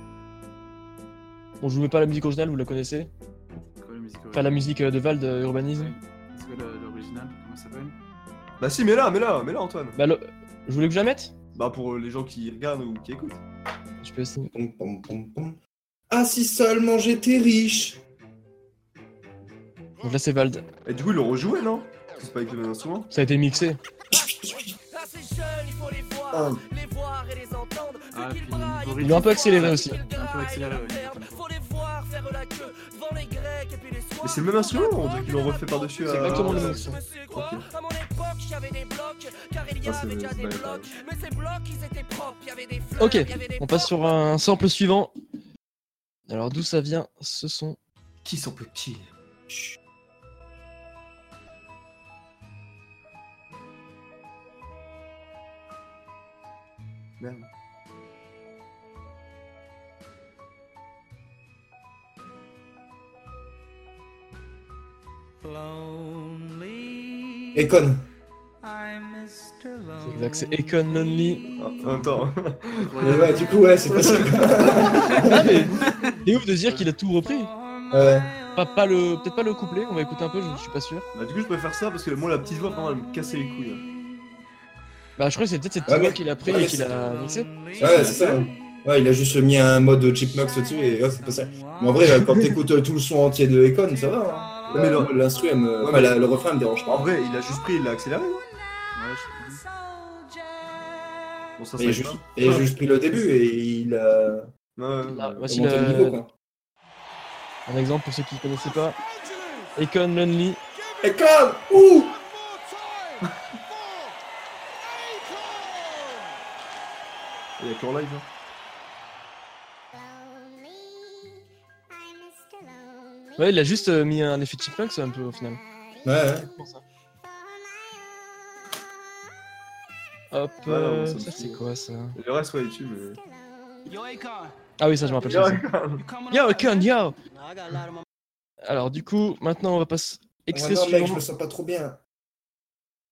[SPEAKER 1] Bon, je vous mets pas la musique originale, vous la connaissez.
[SPEAKER 3] C'est quoi la musique
[SPEAKER 1] Enfin, la musique euh, de Val de Urbanisme.
[SPEAKER 3] originale C'est quoi le- l'original Comment ça s'appelle
[SPEAKER 2] Bah si, mais là, mais là, mais là, Antoine.
[SPEAKER 1] Bah, le- je voulais que je la mette
[SPEAKER 2] Bah pour les gens qui regardent ou qui écoutent.
[SPEAKER 1] Je peux essayer.
[SPEAKER 4] Pom, pom, pom, pom. Ah, si seulement j'étais riche.
[SPEAKER 1] Donc là, c'est Vald.
[SPEAKER 2] Et du coup, ils l'ont rejoué, non Parce que C'est pas avec le même instrument
[SPEAKER 1] Ça a été mixé.
[SPEAKER 5] Là c'est jeune, il faut les
[SPEAKER 2] Ah.
[SPEAKER 5] voir, les voir et les entendre.
[SPEAKER 3] Ah,
[SPEAKER 5] Vu qu'ils
[SPEAKER 3] puis
[SPEAKER 5] braillent,
[SPEAKER 3] Boris.
[SPEAKER 1] Ils l'ont un peu accéléré
[SPEAKER 5] vu
[SPEAKER 1] aussi.
[SPEAKER 5] qu'ils
[SPEAKER 3] Un peu accéléré,
[SPEAKER 5] graillent,
[SPEAKER 3] oui.
[SPEAKER 5] ferme. Faut les voir faire la queue devant les Grecs et puis les Soirs.
[SPEAKER 2] Mais c'est le même instrument, on dirait qu'ils l'ont refait par-dessus.
[SPEAKER 1] C'est
[SPEAKER 2] à-
[SPEAKER 1] exactement le même.
[SPEAKER 5] Je me suis dit, quoi,
[SPEAKER 2] Ok.
[SPEAKER 5] à mon époque, j'avais des blocs, car il y
[SPEAKER 2] Ah, c'est-
[SPEAKER 5] avait déjà
[SPEAKER 2] c'est
[SPEAKER 5] des
[SPEAKER 2] pas les
[SPEAKER 5] blocs.
[SPEAKER 2] paroles.
[SPEAKER 5] Mais ces blocs, ils étaient propres, il y avait des fleurs,
[SPEAKER 1] Ok,
[SPEAKER 5] il y avait des
[SPEAKER 1] On passe sur un sample suivant. Alors, d'où ça vient ce son
[SPEAKER 2] Qui sont petits Merde.
[SPEAKER 5] Et
[SPEAKER 4] Econ.
[SPEAKER 1] C'est exact, c'est Econ Lonely.
[SPEAKER 2] Ah, en même temps.
[SPEAKER 4] Mais ouais, du coup, ouais, c'est facile.
[SPEAKER 1] Ah, mais c'est ouf de dire qu'il a tout repris.
[SPEAKER 4] Ouais.
[SPEAKER 1] Pas, pas le, peut-être pas le couplet, on va écouter un peu, je, je suis pas sûr.
[SPEAKER 2] Bah, du coup, je préfère ça parce que moi, la petite voix, vraiment, elle me cassait les couilles.
[SPEAKER 1] Bah, je crois que c'est peut-être cette
[SPEAKER 4] Ouais,
[SPEAKER 1] voix
[SPEAKER 4] mais-
[SPEAKER 1] qu'il a pris
[SPEAKER 4] ouais,
[SPEAKER 1] et qu'il a mixé.
[SPEAKER 4] Ouais, c'est ça. Ouais, il a juste mis un mode chipmunk dessus et ouais, c'est pas ça. Mais en vrai, euh, quand t'écoutes euh, tout le son entier de Econ, ça va. hein.
[SPEAKER 2] Mais le-
[SPEAKER 4] Moi, l'instru, elle me-
[SPEAKER 2] Ouais,
[SPEAKER 4] enfin,
[SPEAKER 2] mais-
[SPEAKER 4] la- le refrain elle me dérange
[SPEAKER 2] En
[SPEAKER 4] pas.
[SPEAKER 2] vrai, il a juste pris, il l'a accéléré, non
[SPEAKER 3] Ouais, je sais
[SPEAKER 2] Bon, ça,
[SPEAKER 4] Et
[SPEAKER 2] c'est
[SPEAKER 4] juste, et juste pris le début et il a
[SPEAKER 1] Ah, voici
[SPEAKER 4] monté le
[SPEAKER 1] le-
[SPEAKER 4] niveau, quoi.
[SPEAKER 1] un exemple pour ceux qui connaissaient pas. Econ Lonely.
[SPEAKER 4] Econ Ouh
[SPEAKER 2] Il y a qu'en live, hein.
[SPEAKER 1] Ouais, il a juste euh, mis un effet de chipmunk, c'est un peu au final.
[SPEAKER 4] Ouais, ouais.
[SPEAKER 1] Hop,
[SPEAKER 2] Ouais,
[SPEAKER 1] euh,
[SPEAKER 2] non, ça me
[SPEAKER 1] ça
[SPEAKER 2] fout.
[SPEAKER 1] c'est quoi ça
[SPEAKER 2] Et Le reste, ouais, il tue, mais.
[SPEAKER 5] sur.
[SPEAKER 6] Yo, Akon,
[SPEAKER 1] Ah oui, ça je me rappelle.
[SPEAKER 2] Yo,
[SPEAKER 1] ça, ça. Yo, Econ, yo
[SPEAKER 6] I got a lot of my
[SPEAKER 1] Alors du coup, maintenant on va passer. Extrait
[SPEAKER 4] Ah non, mec, je
[SPEAKER 1] suivant.
[SPEAKER 4] me sens pas trop bien.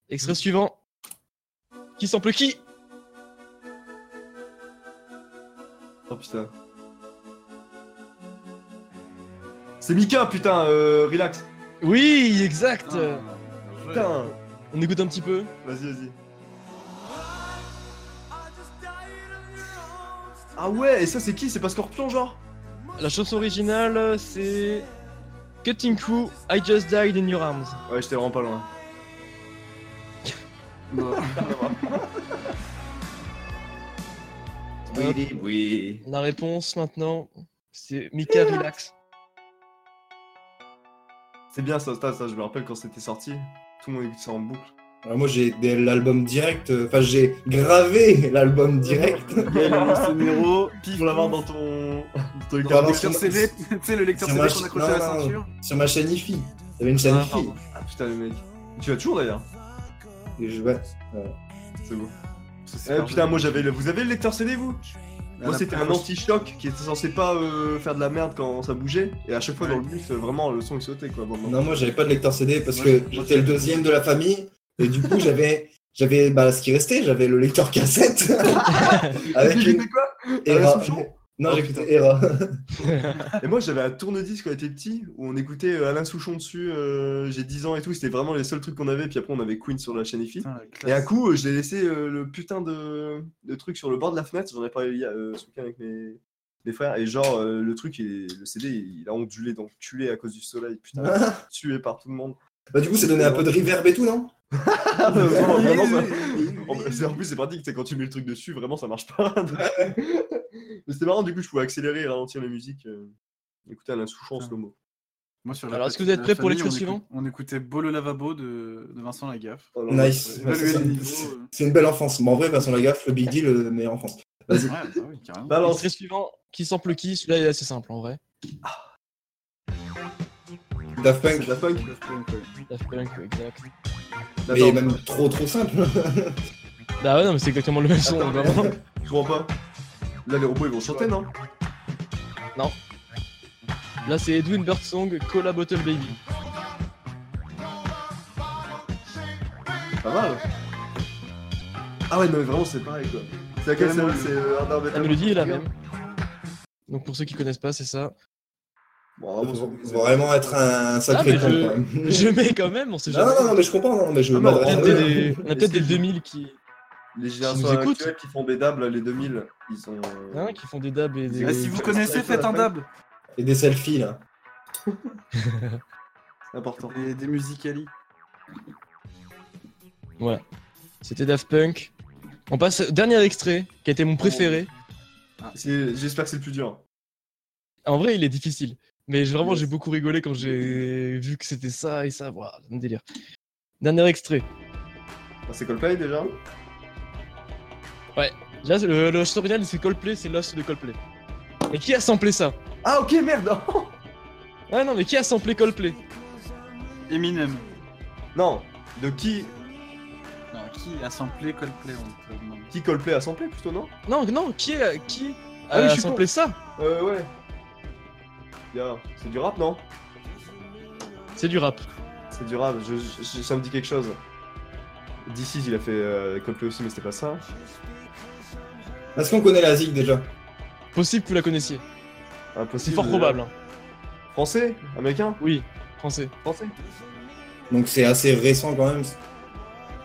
[SPEAKER 1] Extrait suivant. Qui sample qui
[SPEAKER 2] Oh putain. C'est Mika, putain, euh, relax.
[SPEAKER 1] Oui, exact
[SPEAKER 3] plus.
[SPEAKER 2] Putain.
[SPEAKER 1] On écoute un petit peu.
[SPEAKER 2] Vas-y, vas-y. Ah ouais, et ça, c'est qui C'est pas Scorpion, genre
[SPEAKER 1] La chanson originale, c'est Cutting Crew, I Just Died in Your Arms.
[SPEAKER 2] Ouais, j'étais vraiment pas loin.
[SPEAKER 3] Non.
[SPEAKER 2] Oui, oui.
[SPEAKER 1] La réponse maintenant, c'est Mika Relax.
[SPEAKER 2] C'est bien ça, ça, ça, je me rappelle quand c'était sorti. Tout le monde écoutait ça en boucle.
[SPEAKER 4] Alors moi j'ai des- l'album direct, euh, enfin j'ai gravé l'album direct.
[SPEAKER 2] Yannis Nero, pif, pour l'avoir dans ton. dans ton
[SPEAKER 4] Dans
[SPEAKER 3] Le
[SPEAKER 4] non,
[SPEAKER 2] carnet.
[SPEAKER 3] lecteur
[SPEAKER 4] Bah, c'est-
[SPEAKER 3] CD, tu sais, le lecteur
[SPEAKER 4] c'est
[SPEAKER 3] CD
[SPEAKER 4] ma-
[SPEAKER 3] qu'on accroche à la
[SPEAKER 4] non, non, non.
[SPEAKER 3] ceinture.
[SPEAKER 4] Sur ma chaîne IFI. J'avais une chaîne
[SPEAKER 1] Ah,
[SPEAKER 4] IFI.
[SPEAKER 1] pardon.
[SPEAKER 2] Ah putain, le mec. Tu vas toujours d'ailleurs.
[SPEAKER 4] Et je- ouais. euh,
[SPEAKER 2] C'est beau.
[SPEAKER 3] Ça, c'est
[SPEAKER 2] Eh
[SPEAKER 3] pas
[SPEAKER 2] putain,
[SPEAKER 3] vrai.
[SPEAKER 2] moi j'avais le. Vous avez le lecteur CD vous
[SPEAKER 3] Ah,
[SPEAKER 2] Moi
[SPEAKER 3] la
[SPEAKER 2] c'était un
[SPEAKER 3] pauvre.
[SPEAKER 2] anti-choc qui était censé pas euh, faire de la merde quand ça bougeait. Et à chaque fois dans le bus, euh, vraiment le son il sautait quoi. Bon,
[SPEAKER 4] Non, moi j'avais pas de lecteur CD parce
[SPEAKER 3] Moi,
[SPEAKER 4] que
[SPEAKER 3] j'ai-
[SPEAKER 4] j'étais le deuxième de la famille. Et du coup j'avais j'avais bah, ce qui restait, j'avais le lecteur cassette. avec
[SPEAKER 2] J'écoutais
[SPEAKER 4] une
[SPEAKER 2] quoi
[SPEAKER 4] Era.
[SPEAKER 2] Alain Souchon
[SPEAKER 4] Non,
[SPEAKER 2] Oh,
[SPEAKER 4] j'écoutais Era.
[SPEAKER 2] Et moi j'avais un tourne-disque quand j'étais petit où on écoutait euh, Alain Souchon dessus, euh, j'ai 10 ans et tout, c'était vraiment les seuls trucs qu'on avait. Puis après on avait Queen sur la chaîne IFI.
[SPEAKER 3] Putain, la
[SPEAKER 2] Et à
[SPEAKER 3] classe.
[SPEAKER 2] coup, euh, je l'ai laissé euh, le putain de, de truc sur le bord de la fenêtre. J'en ai parlé il y a, euh, ce week-end avec mes, mes frères. Et genre, euh, le truc, il est- le CD, il a ondulé, donc culé à cause du soleil. Putain,
[SPEAKER 4] Ah.
[SPEAKER 2] tué par tout le monde.
[SPEAKER 4] Bah du coup ça donnait un peu de reverb et tout, non
[SPEAKER 2] Ah, bah, vraiment, vraiment, ça- En
[SPEAKER 3] Oui, oui,
[SPEAKER 2] plus, c'est- en plus, c'est pratique, c'est quand tu mets le truc dessus, vraiment, ça marche pas. Donc- Mais c'était marrant, du coup, je pouvais accélérer et ralentir la musique. euh, Écouter Alain Souchon en
[SPEAKER 3] Putain.
[SPEAKER 2] slow-mo.
[SPEAKER 3] Moi, sur la
[SPEAKER 1] Alors, est-ce que
[SPEAKER 3] petite-
[SPEAKER 1] vous êtes
[SPEAKER 3] la
[SPEAKER 1] prêts pour les
[SPEAKER 3] famille,
[SPEAKER 1] trucs
[SPEAKER 3] on écoute-
[SPEAKER 1] suivants
[SPEAKER 3] On écoutait Beau le lavabo de, de Vincent Lagaffe.
[SPEAKER 2] Oh là là.
[SPEAKER 4] Nice.
[SPEAKER 2] Ouais.
[SPEAKER 4] Ouais, c'est
[SPEAKER 3] Évaluer
[SPEAKER 4] ça.
[SPEAKER 3] les niveaux. euh.
[SPEAKER 4] C'est une belle enfance. Mais en vrai, Vincent Lagaffe, le Big Deal, euh, mais enfance. Vas-y.
[SPEAKER 3] Ouais, bah oui, carrément.
[SPEAKER 1] Alors,
[SPEAKER 2] Balance.
[SPEAKER 1] très suivant, qui sample qui Celui-là il est assez simple en vrai.
[SPEAKER 4] Daft Punk,
[SPEAKER 2] C'est de la funk.
[SPEAKER 1] Daft Punk, ouais, exact.
[SPEAKER 4] mais
[SPEAKER 2] Attends,
[SPEAKER 4] même trop trop simple.
[SPEAKER 1] Bah ouais, non, mais c'est exactement le même son,
[SPEAKER 2] attends,
[SPEAKER 1] vraiment.
[SPEAKER 2] je comprends pas. Là, les robots, ils vont chanter, non
[SPEAKER 1] Là, c'est Edwin Birdsong, Cola Bottle Baby.
[SPEAKER 2] Pas mal. Ah ouais, non, mais vraiment, c'est pareil quoi. C'est à quelle
[SPEAKER 3] La
[SPEAKER 2] scène
[SPEAKER 3] mélodie.
[SPEAKER 2] C'est euh, Hard Arbor
[SPEAKER 1] La mélodie est la même. Donc, pour ceux qui connaissent pas, c'est ça.
[SPEAKER 2] Bon,
[SPEAKER 4] Faut
[SPEAKER 2] vraiment, c'est- c'est-
[SPEAKER 4] vraiment être un
[SPEAKER 1] Ah,
[SPEAKER 4] sacré
[SPEAKER 1] mais
[SPEAKER 4] con,
[SPEAKER 1] je-
[SPEAKER 4] quand même.
[SPEAKER 1] Je mets quand même, on sait
[SPEAKER 4] Non,
[SPEAKER 1] jamais.
[SPEAKER 4] non, non, mais je comprends, non, mais je
[SPEAKER 2] Ah, mais en
[SPEAKER 1] On a
[SPEAKER 4] m'adresse
[SPEAKER 1] peut-être
[SPEAKER 4] à eux.
[SPEAKER 1] des, on a peut-être des 2000 qui,
[SPEAKER 2] Les
[SPEAKER 1] Ils
[SPEAKER 2] générations
[SPEAKER 1] nous écoutent.
[SPEAKER 2] actuelles qui font des dabs, là, les 2000, ils sont.
[SPEAKER 1] hein, qui font des dabs et des.
[SPEAKER 3] Ah, si vous
[SPEAKER 2] Faites
[SPEAKER 3] connaissez,
[SPEAKER 2] un
[SPEAKER 3] faites un
[SPEAKER 2] dab.
[SPEAKER 3] dab.
[SPEAKER 4] Et des selfies, là.
[SPEAKER 2] C'est important.
[SPEAKER 3] Des, des musicali.
[SPEAKER 1] Voilà. C'était Daft Punk. On passe au dernier extrait, qui a été mon préféré.
[SPEAKER 2] C'est- J'espère que c'est le plus dur.
[SPEAKER 1] En vrai, il est difficile. Mais je- vraiment,
[SPEAKER 2] Yes.
[SPEAKER 1] j'ai beaucoup rigolé quand j'ai vu que c'était ça et ça. Voilà, un délire. Dernier extrait.
[SPEAKER 2] Ah, c'est Coldplay déjà
[SPEAKER 1] Là, c'est le, le host original, c'est Coldplay, c'est Lost de Coldplay. Et qui a samplé ça
[SPEAKER 2] Ah, ok, merde
[SPEAKER 1] Ah non, mais qui a samplé Coldplay
[SPEAKER 3] Eminem.
[SPEAKER 2] Non De qui
[SPEAKER 3] Non, qui a samplé Coldplay on te demande.
[SPEAKER 2] Qui Coldplay a samplé plutôt, non
[SPEAKER 1] Non, non, qui a, qui
[SPEAKER 2] Ah oui,
[SPEAKER 1] a
[SPEAKER 2] je suis
[SPEAKER 1] samplé ça
[SPEAKER 2] Euh, ouais. Y'a- C'est du rap, non
[SPEAKER 1] C'est du rap.
[SPEAKER 2] C'est du rap, je- je- ça me dit quelque chose. D'ici, il a fait euh, Coldplay aussi, mais c'était pas ça.
[SPEAKER 4] Est-ce qu'on connaît la zig déjà
[SPEAKER 1] Possible que vous la connaissiez. C'est
[SPEAKER 2] Impossible.
[SPEAKER 1] fort probable. hein.
[SPEAKER 2] Français Américain
[SPEAKER 1] Oui, français.
[SPEAKER 2] Français
[SPEAKER 4] Donc c'est assez récent quand même.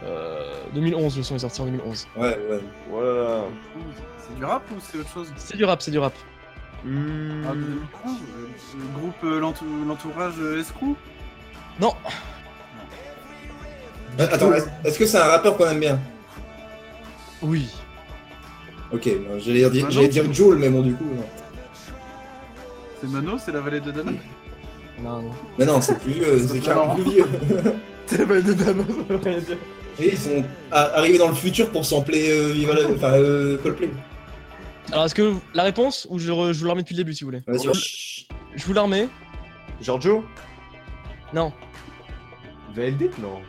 [SPEAKER 1] Euh, 2011, le son est sorti en 2011.
[SPEAKER 4] Ouais, ouais.
[SPEAKER 2] Voilà.
[SPEAKER 3] Ouh, C'est du rap ou c'est autre chose
[SPEAKER 1] C'est du rap, c'est du rap.
[SPEAKER 2] Hmm.
[SPEAKER 3] Ah, de 2011, euh, Le groupe euh, l'entou- l'entourage euh, Escrew
[SPEAKER 1] Non,
[SPEAKER 4] Euh, Attends, est-ce est-ce que c'est un rappeur qu'on aime bien
[SPEAKER 1] oui.
[SPEAKER 4] Ok, non, j'allais dire,
[SPEAKER 3] Ah,
[SPEAKER 4] j'allais
[SPEAKER 3] non.
[SPEAKER 2] Bah,
[SPEAKER 4] dire Joel, mais bon, du coup, non.
[SPEAKER 3] C'est Mano, c'est la vallée de Dana
[SPEAKER 1] Non, non.
[SPEAKER 4] Mais non, c'est plus vieux, c'est carrément plus vieux.
[SPEAKER 2] C'est pas une dame, ça veut rien dire.
[SPEAKER 4] Et ils sont a- arrivés dans le futur pour sampler euh, Viva la- enfin, euh, Coldplay.
[SPEAKER 1] Alors, est-ce que vous- la réponse ou je, re- je vous la remets depuis le début si vous voulez
[SPEAKER 4] Vas-y,
[SPEAKER 2] Oh,
[SPEAKER 4] chut.
[SPEAKER 1] Je vous la remets
[SPEAKER 2] Giorgio
[SPEAKER 1] Non.
[SPEAKER 2] VLD Non.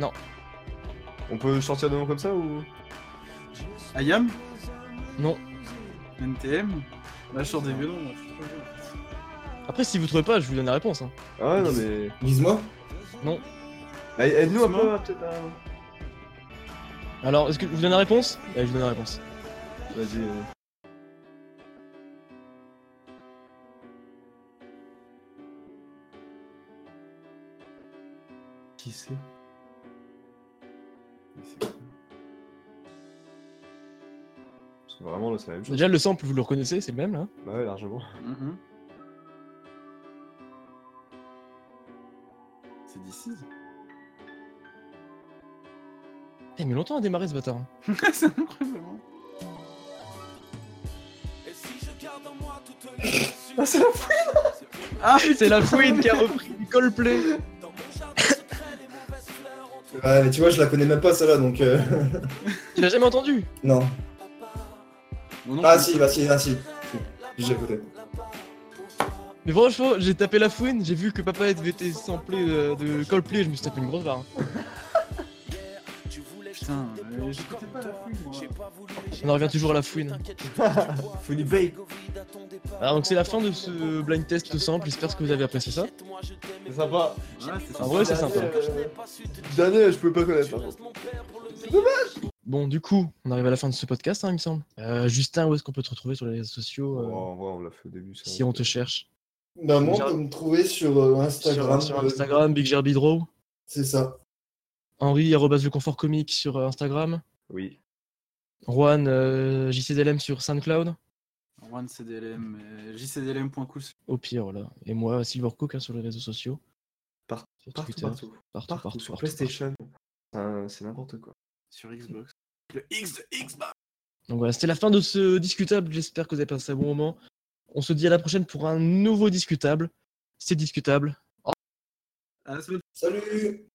[SPEAKER 1] Non.
[SPEAKER 2] On peut sortir de nom comme ça ou
[SPEAKER 3] Ayam
[SPEAKER 1] Non.
[SPEAKER 3] NTM Là, je sors des violons, moi, je suis trop vieux.
[SPEAKER 1] Après, si vous trouvez pas, je vous donne la réponse. hein.
[SPEAKER 2] Ah ouais, non mais.
[SPEAKER 4] Gizmo
[SPEAKER 2] Allez, Aide-nous un
[SPEAKER 3] Gizmo
[SPEAKER 2] peu, peut-être. à-
[SPEAKER 1] Alors, est-ce que je vous donne la réponse Allez, je vous donne la réponse.
[SPEAKER 2] Vas-y. euh. Qui c'est Parce que vraiment là c'est la même chose.
[SPEAKER 1] Déjà, le sample, vous le reconnaissez, c'est le même là
[SPEAKER 2] Bah ouais largement.
[SPEAKER 3] Mhm. C'est d'ici
[SPEAKER 1] Putain, Eh, mais longtemps à démarrer ce bâtard. hein.
[SPEAKER 3] C'est incroyable.
[SPEAKER 2] Ah c'est la fouille
[SPEAKER 3] Ah,
[SPEAKER 1] C'est la fouine qui a repris Coldplay.
[SPEAKER 4] Ouais, mais tu vois, je la connais même pas celle-là, donc euh,
[SPEAKER 1] Tu l'as jamais entendu
[SPEAKER 4] non.
[SPEAKER 3] Mon oncle-
[SPEAKER 4] Ah si, bah si, ah si. J'ai écouté.
[SPEAKER 1] Mais franchement, j'ai tapé la fouine, j'ai vu que papa était samplé euh, de Coldplay, je me suis tapé une grosse barre.
[SPEAKER 3] Putain, euh, j'écoutais pas la fouille, moi.
[SPEAKER 1] On en revient toujours à la fouine.
[SPEAKER 2] Funny Bay.
[SPEAKER 1] Alors donc c'est la fin de ce blind test simple, j'espère que vous avez apprécié ça.
[SPEAKER 2] C'est sympa.
[SPEAKER 3] Ouais, c'est
[SPEAKER 1] En vrai, c'est sympa.
[SPEAKER 2] Dernier, je pouvais pas connaître.
[SPEAKER 1] Bon, du coup, on arrive à la fin de ce podcast, hein, il me semble. Euh, Justin, où est-ce qu'on peut te retrouver sur les réseaux sociaux euh,
[SPEAKER 2] Oh, euh, ouais, on l'a fait au début. Ça.
[SPEAKER 1] Si on te cherche.
[SPEAKER 4] Bah moi, on peut me trouver sur euh, Instagram.
[SPEAKER 1] Sur, sur
[SPEAKER 4] euh,
[SPEAKER 1] Instagram, Big Jerby Draw.
[SPEAKER 4] C'est ça.
[SPEAKER 1] Henri, arrobas le confort comique sur euh, Instagram.
[SPEAKER 2] Oui.
[SPEAKER 1] Juan, euh, JCDLM sur SoundCloud.
[SPEAKER 3] Juan CDLM, euh, jcdlm.cool.
[SPEAKER 1] Au pire, voilà. Et moi, Silver Cook hein, sur les réseaux sociaux.
[SPEAKER 2] Par-
[SPEAKER 1] sur
[SPEAKER 2] Partout,
[SPEAKER 1] Twitter, partout,
[SPEAKER 2] partout.
[SPEAKER 1] partout,
[SPEAKER 2] Partout,
[SPEAKER 1] partout,
[SPEAKER 2] sur
[SPEAKER 1] partout.
[SPEAKER 2] PlayStation. Enfin, C'est n'importe quoi.
[SPEAKER 3] sur Xbox.
[SPEAKER 1] Donc voilà, c'était la fin de ce discutable. J'espère que vous avez passé un bon moment. On se dit à la prochaine pour un nouveau discutable. C'est discutable.
[SPEAKER 3] Ah, À la semaine
[SPEAKER 4] Salut